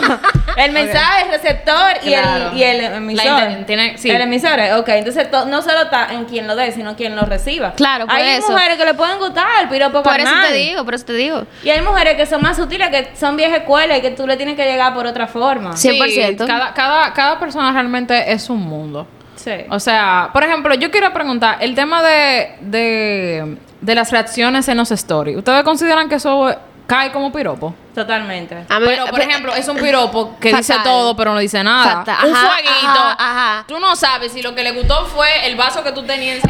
Speaker 2: El mensaje, el receptor y,
Speaker 1: Claro.
Speaker 2: el, y el
Speaker 1: La
Speaker 2: emisor.
Speaker 1: inten- tiene- sí.
Speaker 2: El emisor, eh, ok. Entonces, to- no solo está en quien lo dé, sino en quien lo reciba.
Speaker 3: Claro, por
Speaker 2: Hay
Speaker 3: eso.
Speaker 2: mujeres que le pueden gustar el piropo
Speaker 3: Por eso
Speaker 2: carnal.
Speaker 3: te digo, por eso te digo.
Speaker 2: Y hay mujeres que son más sutiles, que son vieja escuela y que tú le tienes que llegar por otra forma.
Speaker 3: Sí. 100%.
Speaker 1: cada, cada, cada persona realmente es un mundo.
Speaker 2: Sí.
Speaker 1: O sea, por ejemplo, yo quiero preguntar, el tema de, de, de las reacciones en los stories, ¿ustedes consideran que eso cae como piropo?
Speaker 2: Totalmente.
Speaker 3: A mí-
Speaker 1: Pero, por
Speaker 3: pe-
Speaker 1: ejemplo, es un piropo que dice
Speaker 3: Fatal.
Speaker 1: todo, pero no dice nada.
Speaker 3: Fatal.
Speaker 1: un
Speaker 3: Ajá,
Speaker 1: fueguito.
Speaker 3: ajá, ajá.
Speaker 1: Tú no sabes si lo que le gustó fue el vaso que tú tenías.
Speaker 3: Eso,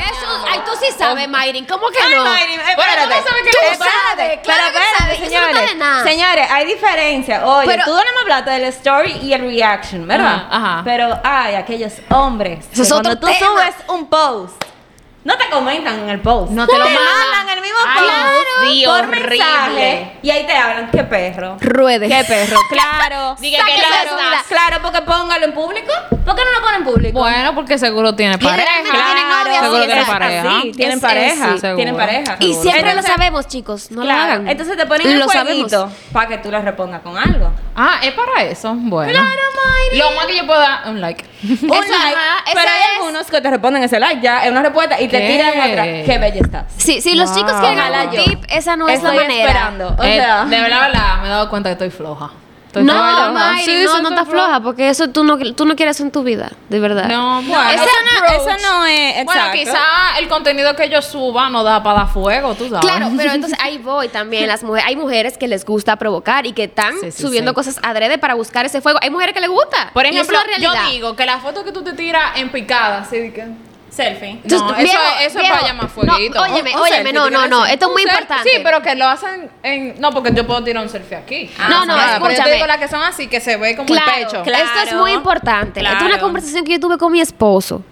Speaker 3: ay, tú sí sabes, Mayrin, ¿cómo que no?
Speaker 2: oh. Mayrin, eh,
Speaker 1: Bueno,
Speaker 2: espérate.
Speaker 1: tú no sabes que
Speaker 3: Tú
Speaker 2: Espérate,
Speaker 3: sabes,
Speaker 2: pero
Speaker 3: claro que
Speaker 2: espérate,
Speaker 3: sabes, eso no está de nada.
Speaker 2: Señores, hay diferencia. Oye,
Speaker 3: Pero-
Speaker 2: tú no me hablaste del story y el reaction, ¿verdad?
Speaker 1: Ajá, ajá.
Speaker 2: Pero ay, aquellos hombres.
Speaker 3: Eso es
Speaker 2: que cuando
Speaker 3: otro
Speaker 2: tú
Speaker 3: tema.
Speaker 2: subes un post, no te comentan en el post.
Speaker 1: No te lo mandan.
Speaker 2: mandan el mismo
Speaker 1: Ay,
Speaker 2: post.
Speaker 1: Dios, sí,
Speaker 2: por
Speaker 1: horrible.
Speaker 2: mensaje. Y ahí te hablan, qué perro.
Speaker 3: Ruedes.
Speaker 2: Qué perro, claro.
Speaker 1: Dije que
Speaker 2: Claro,
Speaker 1: ya está.
Speaker 2: Claro, porque póngalo en público. ¿Por qué no lo ponen en público?
Speaker 1: Bueno, porque seguro tiene pareja.
Speaker 3: Generalmente tienen novia,
Speaker 1: seguro
Speaker 3: sí,
Speaker 1: tiene
Speaker 3: es
Speaker 1: pareja.
Speaker 2: así, tienen
Speaker 3: Es-
Speaker 2: pareja,
Speaker 3: es- sí.
Speaker 2: tienen
Speaker 1: Seguro.
Speaker 2: pareja.
Speaker 3: Y siempre
Speaker 2: Entonces-
Speaker 3: lo sabemos, chicos, no
Speaker 2: Claro.
Speaker 3: lo hagan.
Speaker 2: Entonces te ponen el
Speaker 3: Lo sabemos.
Speaker 2: jueguito para que tú le respondas con algo.
Speaker 1: Ah, es para eso. Bueno.
Speaker 2: Claro,
Speaker 1: Lo más que yo puedo dar, un like.
Speaker 4: Un
Speaker 3: Eso,
Speaker 4: like,
Speaker 3: ajá,
Speaker 4: pero
Speaker 3: ese
Speaker 4: hay
Speaker 3: es-
Speaker 4: algunos que te responden ese like ya, es una respuesta y
Speaker 1: ¿Qué?
Speaker 4: te tiran otra. Qué bella estás.
Speaker 3: Sí, si los chicos quieren
Speaker 4: Ojalá
Speaker 3: algún
Speaker 4: yo.
Speaker 3: tip, esa no es la
Speaker 4: Estoy
Speaker 3: manera.
Speaker 4: esperando. O
Speaker 1: Eh,
Speaker 4: sea,
Speaker 1: de verdad, verdad, me he dado cuenta que estoy floja. Estoy
Speaker 3: No,
Speaker 1: floja.
Speaker 3: Mayri,
Speaker 1: Sí,
Speaker 3: no,
Speaker 1: sí,
Speaker 3: no
Speaker 1: estoy
Speaker 3: estás floja, porque eso tú no, tú no quieres en tu vida, de verdad.
Speaker 1: No, bueno.
Speaker 4: Bueno,
Speaker 2: Eso no,
Speaker 4: approach.
Speaker 2: eso no es. Exacto.
Speaker 1: Bueno, quizá el contenido que yo suba no da para dar fuego, tú sabes.
Speaker 3: Claro, pero entonces ahí voy también. Las mujeres, hay mujeres que les gusta provocar y que están
Speaker 1: Sí, sí,
Speaker 3: subiendo
Speaker 1: sí.
Speaker 3: cosas adrede para buscar ese fuego. Hay mujeres que les gusta.
Speaker 1: Por
Speaker 3: y eso es
Speaker 1: ejemplo,
Speaker 3: la
Speaker 1: yo
Speaker 3: realidad.
Speaker 1: digo que la foto que tú te tiras en picada, así de que... Selfie. No,
Speaker 3: Entonces,
Speaker 1: eso,
Speaker 3: viejo,
Speaker 1: es- eso
Speaker 3: viejo,
Speaker 1: es para llamar
Speaker 3: no,
Speaker 1: fueguito.
Speaker 3: óyeme,
Speaker 1: Un- un
Speaker 3: óyeme,
Speaker 1: selfie,
Speaker 3: no,
Speaker 1: ¿tú quieres
Speaker 3: no, no,
Speaker 1: hacer?
Speaker 3: esto es
Speaker 1: Un
Speaker 3: muy
Speaker 1: selfie.
Speaker 3: importante.
Speaker 1: Sí, pero que lo hacen en... No, porque yo puedo tirar un selfie aquí.
Speaker 3: No, no,
Speaker 1: Ah, pero yo te
Speaker 3: escúchame.
Speaker 1: digo las que son así, que se ve como el pecho.
Speaker 2: claro.
Speaker 3: Esto es muy importante. Esta es una
Speaker 2: claro.
Speaker 3: conversación que yo tuve con mi esposo.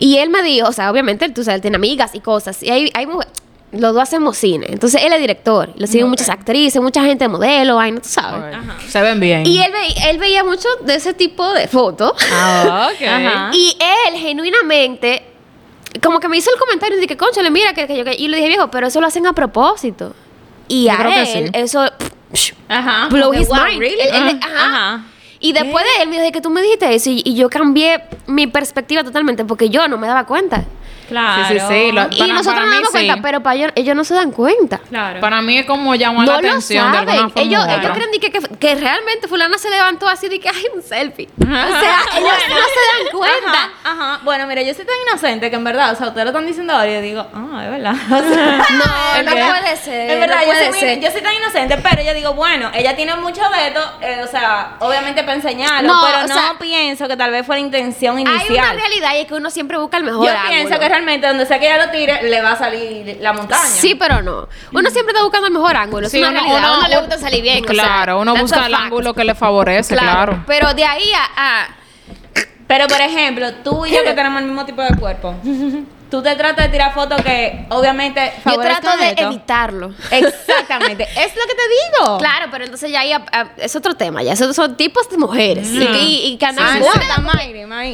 Speaker 3: Y él me dijo, o sea, obviamente, él, tú sabes, él tiene amigas y cosas. Y hay, hay mujeres, los dos hacemos cine. Entonces, él es director. Lo siguen muchas actrices, mucha gente modelo, ay, no tú sabes.
Speaker 1: Se ven bien.
Speaker 3: Y él, ve- él veía mucho de ese tipo de fotos.
Speaker 1: Ah, ok.
Speaker 2: Ajá.
Speaker 3: Y él, genuinamente, como que me hizo el comentario de que, conchale, mira, que, que yo... que-". Y le dije, viejo, pero eso lo hacen a propósito. Y
Speaker 1: Yo
Speaker 3: a
Speaker 1: creo que
Speaker 3: él,
Speaker 1: sí. Ah,
Speaker 3: eso... pff, psh,
Speaker 2: Ajá.
Speaker 3: blow
Speaker 2: Okay,
Speaker 3: his
Speaker 2: wow,
Speaker 3: mind.
Speaker 2: really?
Speaker 3: Él- él-
Speaker 2: Ah,
Speaker 3: ajá.
Speaker 2: ajá.
Speaker 3: Y después de él me dijo que tú me dijiste eso y, y yo cambié mi perspectiva totalmente porque yo no me daba cuenta.
Speaker 2: Claro.
Speaker 1: Sí, sí, sí, lo-
Speaker 3: y
Speaker 1: Para- para
Speaker 3: nosotros no nos
Speaker 1: mí
Speaker 3: damos cuenta,
Speaker 1: sí.
Speaker 3: pero para ellos, ellos no se dan cuenta.
Speaker 2: Claro.
Speaker 1: Para mí es como llamar
Speaker 3: No
Speaker 1: la
Speaker 3: lo
Speaker 1: atención de
Speaker 3: saben.
Speaker 1: alguna forma.
Speaker 3: ellos,
Speaker 1: u
Speaker 3: ellos
Speaker 1: otra.
Speaker 3: creen di que, que, que realmente fulana se levantó así de que hay un selfie. O sea, ellos no se dan cuenta.
Speaker 2: Ajá, ajá. Bueno, mira, yo soy tan inocente que en verdad, o sea, ustedes lo están diciendo ahora y yo digo, ah, es verdad. O sea,
Speaker 3: No, no
Speaker 1: Ok.
Speaker 3: puede ser.
Speaker 2: en verdad,
Speaker 3: no
Speaker 2: yo,
Speaker 3: puede
Speaker 2: soy muy-
Speaker 3: ser.
Speaker 2: yo soy tan inocente, pero yo digo, bueno, ella tiene mucho de esto, eh, o sea, obviamente para enseñarlo,
Speaker 3: No, o
Speaker 2: pero no
Speaker 3: sea,
Speaker 2: pienso que tal vez fue la intención
Speaker 3: Hay una
Speaker 2: inicial.
Speaker 3: realidad y es que uno siempre busca el
Speaker 2: Yo
Speaker 3: mejor ángulo.
Speaker 2: pienso que realmente donde sea que ella lo tire, le va a salir la montaña.
Speaker 3: Sí, pero no. Uno siempre está buscando el mejor ángulo.
Speaker 1: Sí,
Speaker 3: es una
Speaker 1: uno-
Speaker 3: realidad. A
Speaker 1: uno-
Speaker 3: uno le gusta salir bien. o sea,
Speaker 1: Claro, uno
Speaker 3: that's
Speaker 1: busca
Speaker 3: a
Speaker 1: el
Speaker 3: fact.
Speaker 1: ángulo que le favorece,
Speaker 3: Claro.
Speaker 1: claro.
Speaker 3: Pero de ahí a. a-
Speaker 2: Pero por ejemplo, tú y yo que tenemos el mismo tipo de cuerpo, tú te tratas de tirar fotos que obviamente
Speaker 3: yo
Speaker 2: favorezcan
Speaker 3: trato de
Speaker 2: esto.
Speaker 3: evitarlo.
Speaker 2: Exactamente, es lo que te digo.
Speaker 3: Claro, pero entonces ya ahí a- a- es otro tema. Ya esos son tipos de mujeres. Y, y- y que
Speaker 2: Ah,
Speaker 3: andan
Speaker 1: Mm. Ah, Sí,
Speaker 3: gordas.
Speaker 1: sí,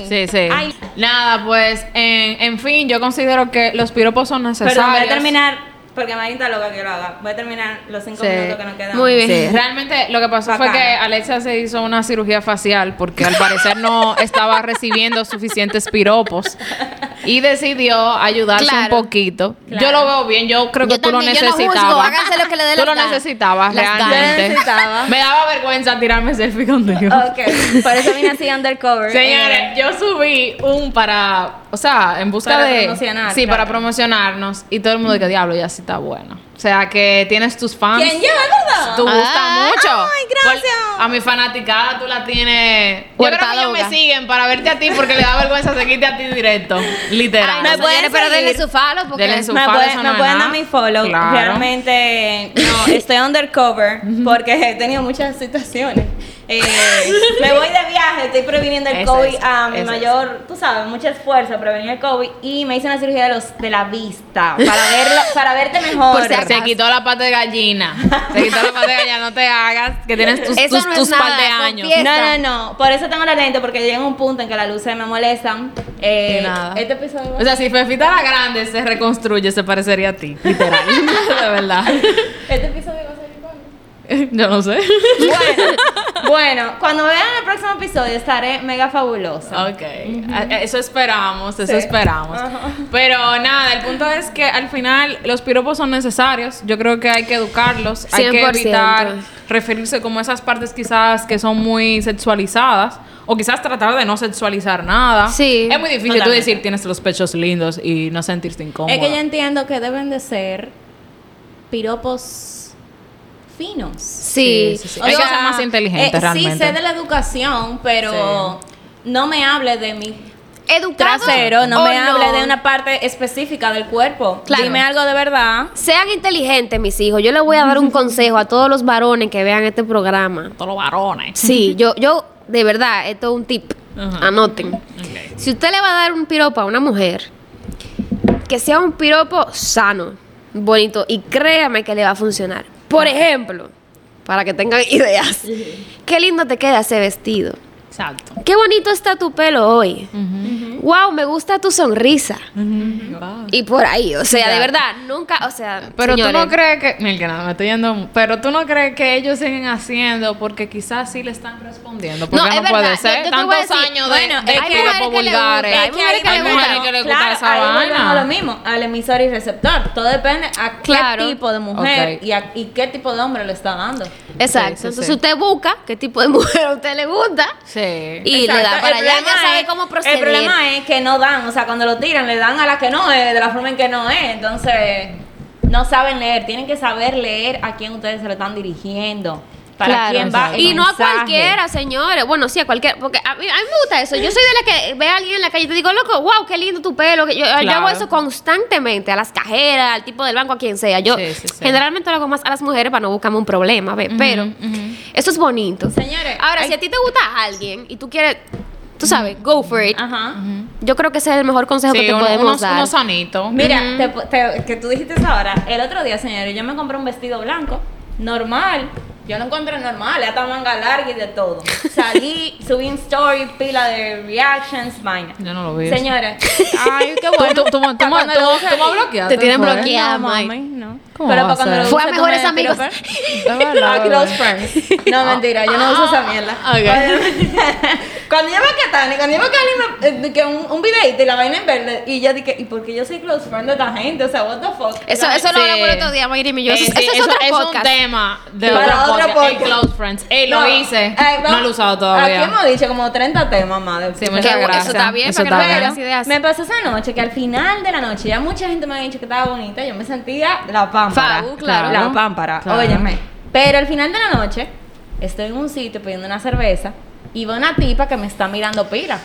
Speaker 1: Sí, sí.
Speaker 2: Ay.
Speaker 1: Nada, pues, en, en fin, yo considero que los piropos son necesarios.
Speaker 2: Perdón, voy a terminar, porque Marín está loca que lo haga. Voy a terminar los cinco
Speaker 1: Sí.
Speaker 2: minutos que nos quedan.
Speaker 3: Muy bien.
Speaker 1: Sí, realmente lo que pasó fue
Speaker 2: Bacana.
Speaker 1: que Alexa se hizo una cirugía facial porque al parecer no estaba recibiendo suficientes piropos y decidió ayudarse
Speaker 3: Claro.
Speaker 1: un poquito. Yo lo veo bien, yo creo que
Speaker 3: Yo
Speaker 1: tú lo
Speaker 3: también, yo no juzgo,
Speaker 1: necesitabas.
Speaker 3: háganse lo que le dé
Speaker 1: Tú
Speaker 3: la
Speaker 1: lo
Speaker 3: gana.
Speaker 1: necesitabas
Speaker 3: Las ganas.
Speaker 1: realmente.
Speaker 2: Yo necesitaba.
Speaker 1: Me daba vergüenza tirarme selfie contigo.
Speaker 2: Ok, por eso vine así undercover.
Speaker 1: Señores,
Speaker 2: Eh,
Speaker 1: yo subí un para, o sea, en busca
Speaker 2: Para
Speaker 1: de
Speaker 2: promocionar,
Speaker 1: sí,
Speaker 2: claro.
Speaker 1: para promocionarnos y todo el mundo que diablo ya sí está bueno. O sea, que tienes tus fans.
Speaker 2: ¿Quién yo, verdad?
Speaker 1: Tú
Speaker 3: Ah.
Speaker 1: gustas mucho.
Speaker 2: Ay, gracias.
Speaker 1: Por- a mi fanaticada tú la tienes. Yo creo
Speaker 3: Huerta
Speaker 1: que ellos me
Speaker 3: loca.
Speaker 1: siguen para verte a ti porque le da vergüenza seguirte a ti directo, literal.
Speaker 3: Ay,
Speaker 2: Me
Speaker 3: no,
Speaker 2: pueden
Speaker 3: señores, pero
Speaker 2: seguir.
Speaker 3: denle su falo porque
Speaker 1: Denle su-
Speaker 2: Me,
Speaker 1: padre,
Speaker 2: pueden-
Speaker 1: eso
Speaker 2: me
Speaker 1: no es
Speaker 2: pueden
Speaker 1: nada.
Speaker 2: dar mi follow.
Speaker 1: Claro.
Speaker 2: Realmente, no, estoy undercover porque he tenido muchas situaciones. Eh, me voy de viaje, estoy previniendo el
Speaker 1: Eso
Speaker 2: COVID
Speaker 1: es,
Speaker 2: a mi
Speaker 1: eso es.
Speaker 2: mayor, tú sabes, mucho esfuerzo prevenir el COVID y me hice una cirugía de, los, de la vista para, verlo, para verte mejor.
Speaker 3: Por si acaso.
Speaker 1: se quitó la pata de gallina. Se quitó la pata de gallina, no te hagas que tienes tus,
Speaker 3: Eso
Speaker 1: tus,
Speaker 3: no es
Speaker 1: tus
Speaker 3: nada,
Speaker 1: par de
Speaker 3: eso
Speaker 1: años.
Speaker 2: No,
Speaker 3: empieza.
Speaker 2: no, no. Por eso tengo la lente, porque llega un punto en que las luces me molestan. Eh,
Speaker 1: De nada.
Speaker 2: Este episodio.
Speaker 1: O sea, si Fefita la grande se reconstruye, se parecería a ti, literal. de verdad.
Speaker 2: este episodio va a salir cuándo?
Speaker 1: Yo no sé.
Speaker 2: Bueno, bueno, cuando vean el próximo episodio estaré mega fabulosa.
Speaker 1: Ok, A- a- eso esperamos, eso esperamos. Pero nada, el punto es que al final los piropos son necesarios. Yo creo que hay que educarlos, hay que
Speaker 3: 100%.
Speaker 1: evitar referirse como a esas partes quizás que son muy sexualizadas o quizás tratar de no sexualizar nada.
Speaker 3: Sí.
Speaker 1: Es muy difícil tú
Speaker 2: Totalmente.
Speaker 1: decir tienes los pechos lindos y no sentirte incómoda.
Speaker 2: Es que yo entiendo que deben de ser piropos finos. Eh,
Speaker 3: Sí.
Speaker 1: Sí, sí, sí. Hay que ser más inteligentes,
Speaker 2: Sí,
Speaker 1: realmente.
Speaker 2: sé de la educación, pero no me hable de mi
Speaker 3: Educados
Speaker 2: trasero,
Speaker 1: oh,
Speaker 2: no
Speaker 3: o
Speaker 2: me hable de una parte específica del cuerpo.
Speaker 3: Claro.
Speaker 2: Dime algo de verdad.
Speaker 3: Sean inteligentes, mis hijos. Yo les voy a dar un consejo a todos los varones que vean este programa.
Speaker 1: Todos los varones.
Speaker 3: Sí, yo, yo, de verdad, esto es un tip.
Speaker 1: Ajá.
Speaker 3: Anoten.
Speaker 1: Ok.
Speaker 3: Si usted le va a dar un piropo a una mujer, que sea un piropo sano, bonito, y créame que le va a funcionar. Por ejemplo, para que tengan ideas, qué lindo te queda ese vestido.
Speaker 1: Exacto.
Speaker 3: Qué bonito está tu pelo hoy. wow, me gusta tu sonrisa. Y por ahí, o sea, de verdad, nunca, o sea,
Speaker 1: Pero tú no
Speaker 3: señores,
Speaker 1: crees que. Mira, que nada, me estoy yendo. Pero tú no crees que ellos siguen haciendo porque quizás sí le están respondiendo. Porque no,
Speaker 3: es
Speaker 1: puede
Speaker 3: verdad,
Speaker 1: ser.
Speaker 3: yo- yo te voy a
Speaker 1: Tantos
Speaker 3: decir,
Speaker 1: años de,
Speaker 3: bueno,
Speaker 1: de
Speaker 3: hay mujeres
Speaker 1: piropos
Speaker 3: que le
Speaker 1: vulgares.
Speaker 3: gusta, hay mujeres que
Speaker 1: hay
Speaker 3: le
Speaker 1: mujeres
Speaker 3: gustan.
Speaker 1: que le gusta
Speaker 2: claro,
Speaker 1: esa
Speaker 2: ahí volvemos a lo
Speaker 1: vaina.
Speaker 2: mismo, al emisor y receptor. Todo depende a
Speaker 3: Claro.
Speaker 2: qué tipo de mujer
Speaker 1: Ok.
Speaker 2: y, a- y qué tipo de hombre lo está dando.
Speaker 3: Exacto.
Speaker 1: Sí, sí,
Speaker 3: Entonces
Speaker 1: sí.
Speaker 3: usted busca qué tipo de mujer a usted le gusta
Speaker 1: Sí.
Speaker 3: y le
Speaker 2: Exacto,
Speaker 3: da para
Speaker 2: el
Speaker 3: allá.
Speaker 2: problema
Speaker 3: Ya sabe
Speaker 2: es-
Speaker 3: cómo proceder.
Speaker 2: El problema es que no dan, o sea, cuando lo tiran, le dan a la que no es, de la forma en que no es. Entonces, no saben leer. Tienen que saber leer a quién ustedes se lo están dirigiendo. Para
Speaker 3: Claro.
Speaker 2: quién va. el
Speaker 3: Y no a
Speaker 2: mensaje.
Speaker 3: cualquiera, señores. Bueno, sí, a cualquiera. Porque a mí, a mí me gusta eso. Yo soy de la que ve a alguien en la calle y te digo, loco, wow, qué lindo tu pelo. que Yo, yo
Speaker 1: Claro.
Speaker 3: hago eso constantemente, a las cajeras, al tipo del banco, a quien sea. Yo
Speaker 1: Sí, sí, sí.
Speaker 3: generalmente lo hago más a las mujeres para no buscarme un problema, ¿ves? Pero eso es bonito.
Speaker 2: Señores,
Speaker 3: Ahora,
Speaker 2: hay-
Speaker 3: si a ti te gusta alguien y tú quieres, tú sabes, go for it.
Speaker 2: Ajá.
Speaker 3: Yo creo que ese es el mejor consejo
Speaker 1: Sí,
Speaker 3: que te
Speaker 1: uno-
Speaker 3: podemos
Speaker 1: unos,
Speaker 3: dar.
Speaker 1: unos sanitos.
Speaker 2: Mira, te pu- te- que tú dijiste eso ahora, el otro día, señores, yo me compré un vestido blanco, normal. Yo lo encontré normal, hasta manga larga y de todo. Salí, subí un story, pila de reactions, vaina.
Speaker 1: Yo no lo vi.
Speaker 2: Señores, ay, qué
Speaker 1: Tú-
Speaker 2: bueno.
Speaker 1: tú- tú- tú-
Speaker 2: Para cuando
Speaker 1: tú-
Speaker 2: lo
Speaker 1: tú
Speaker 2: use-
Speaker 1: me bloqueaste,
Speaker 3: Te tienen
Speaker 1: ¿fue?
Speaker 2: No,
Speaker 3: bloqueada. Yeah,
Speaker 2: mami,
Speaker 3: Mike.
Speaker 2: no.
Speaker 1: ¿eh? ¿Cómo
Speaker 2: Pero
Speaker 1: va
Speaker 2: para
Speaker 1: a
Speaker 2: cuando
Speaker 1: ser?
Speaker 2: lo
Speaker 3: Fue a
Speaker 2: use, tú
Speaker 3: mejores
Speaker 2: me ¿eh?
Speaker 3: amigos.
Speaker 2: piropeas.
Speaker 1: De Ah, verdad,
Speaker 2: A
Speaker 1: bebé.
Speaker 2: close friends. No, mentira, yo no uso esa mierda. Cuando yo me Catani, cuando yo me Catani, me- eh, que un, un videito y la vaina en verde, y yo dije, ¿y por qué yo soy close friend de esta gente? O sea, what the fuck.
Speaker 3: Eso,
Speaker 2: La-
Speaker 3: eso lo
Speaker 1: Sí.
Speaker 3: hablamos el otro día, Mayrim y yo.
Speaker 1: Eh,
Speaker 3: Eso,
Speaker 1: sí,
Speaker 3: eso es
Speaker 1: eso-
Speaker 3: otro
Speaker 1: es un
Speaker 3: podcast.
Speaker 1: tema de
Speaker 2: Para
Speaker 1: otro
Speaker 2: otro
Speaker 1: podcast. El
Speaker 2: podcast.
Speaker 1: Close Friends. Ey, lo
Speaker 2: No,
Speaker 1: hice.
Speaker 2: eh,
Speaker 1: no
Speaker 2: vamos-
Speaker 1: lo he usado todavía.
Speaker 2: Aquí hemos dicho como 30 temas, madre.
Speaker 1: Sí,
Speaker 3: Qué
Speaker 1: muchas
Speaker 3: bueno,
Speaker 1: gracias.
Speaker 3: Eso está bien,
Speaker 1: Eso
Speaker 3: para que no
Speaker 1: está
Speaker 3: me
Speaker 1: bien.
Speaker 3: las ideas.
Speaker 2: Me pasó esa noche que al final de la noche ya mucha gente me había dicho que estaba bonita, yo me sentía la pámpara.
Speaker 3: Fabu, uh, claro.
Speaker 2: La pámpara,
Speaker 1: Claro.
Speaker 2: óyeme. Pero al final de la noche estoy en un sitio pidiendo una cerveza y veo una tipa que me está mirando pira.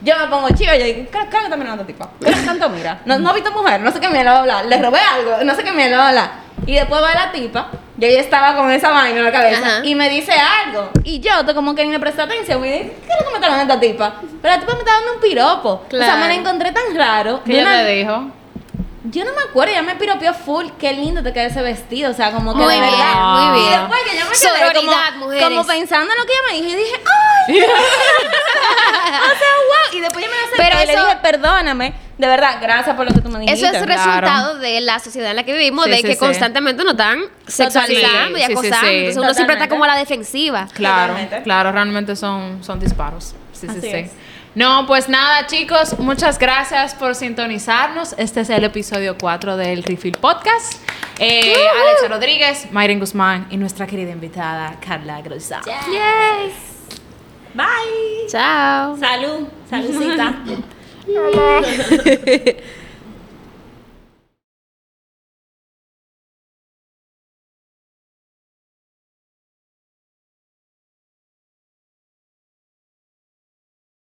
Speaker 2: Yo me pongo chiva, yo digo, claro, claro que está mirando tipa. Mira qué tanto mira. No, no ha visto mujer, no sé qué me va a hablar. Le robé algo, no sé qué me va a hablar. Y después va la tipa, yo ya estaba con esa vaina en la cabeza
Speaker 3: Ajá.
Speaker 2: y me dice algo. Y yo, to- como que ni le presté atención, me dije, ¿qué es lo que me está hablando esta tipa? Pero la tipa me está dando un piropo. O
Speaker 3: Claro.
Speaker 2: sea, me la encontré tan raro.
Speaker 1: ¿Qué
Speaker 2: Yo
Speaker 1: ella
Speaker 2: no-
Speaker 1: te dijo?
Speaker 2: yo no me acuerdo, ya me piropeó full, qué lindo te queda ese vestido, o sea, como que
Speaker 3: Muy
Speaker 2: de
Speaker 3: bien,
Speaker 2: verdad.
Speaker 3: muy bien.
Speaker 2: Y después que yo me quedé
Speaker 3: Sororidad,
Speaker 2: como,
Speaker 3: mujeres.
Speaker 2: como pensando en lo que ella me dijo y dije, ¡ay! qué lindo". o sea, wow. Y después yo me la acerqué
Speaker 3: Pero
Speaker 2: y le
Speaker 3: eso-
Speaker 2: dije, perdóname, de verdad, gracias por lo que tú me dijiste.
Speaker 3: Eso es
Speaker 1: claro.
Speaker 3: resultado de la sociedad en la que vivimos,
Speaker 1: Sí,
Speaker 3: de
Speaker 1: sí,
Speaker 3: que
Speaker 1: sí.
Speaker 3: constantemente nos están sexualizando
Speaker 1: Sí,
Speaker 3: y
Speaker 1: sí, sí,
Speaker 3: acosando.
Speaker 1: sí.
Speaker 3: Entonces uno siempre
Speaker 2: Totalmente.
Speaker 3: está como a la defensiva.
Speaker 1: Claro,
Speaker 2: Totalmente.
Speaker 1: claro, realmente son, son disparos. Sí, sí,
Speaker 2: Así
Speaker 1: sí.
Speaker 2: es.
Speaker 1: No, pues nada, chicos, muchas gracias por sintonizarnos. Este es el episodio 4 del Refill Podcast. Eh, Alexa Rodríguez, Mayren Guzmán y nuestra querida invitada Carla Grosa.
Speaker 3: Yes.
Speaker 2: Bye.
Speaker 3: Chao.
Speaker 2: Salud, saludcita.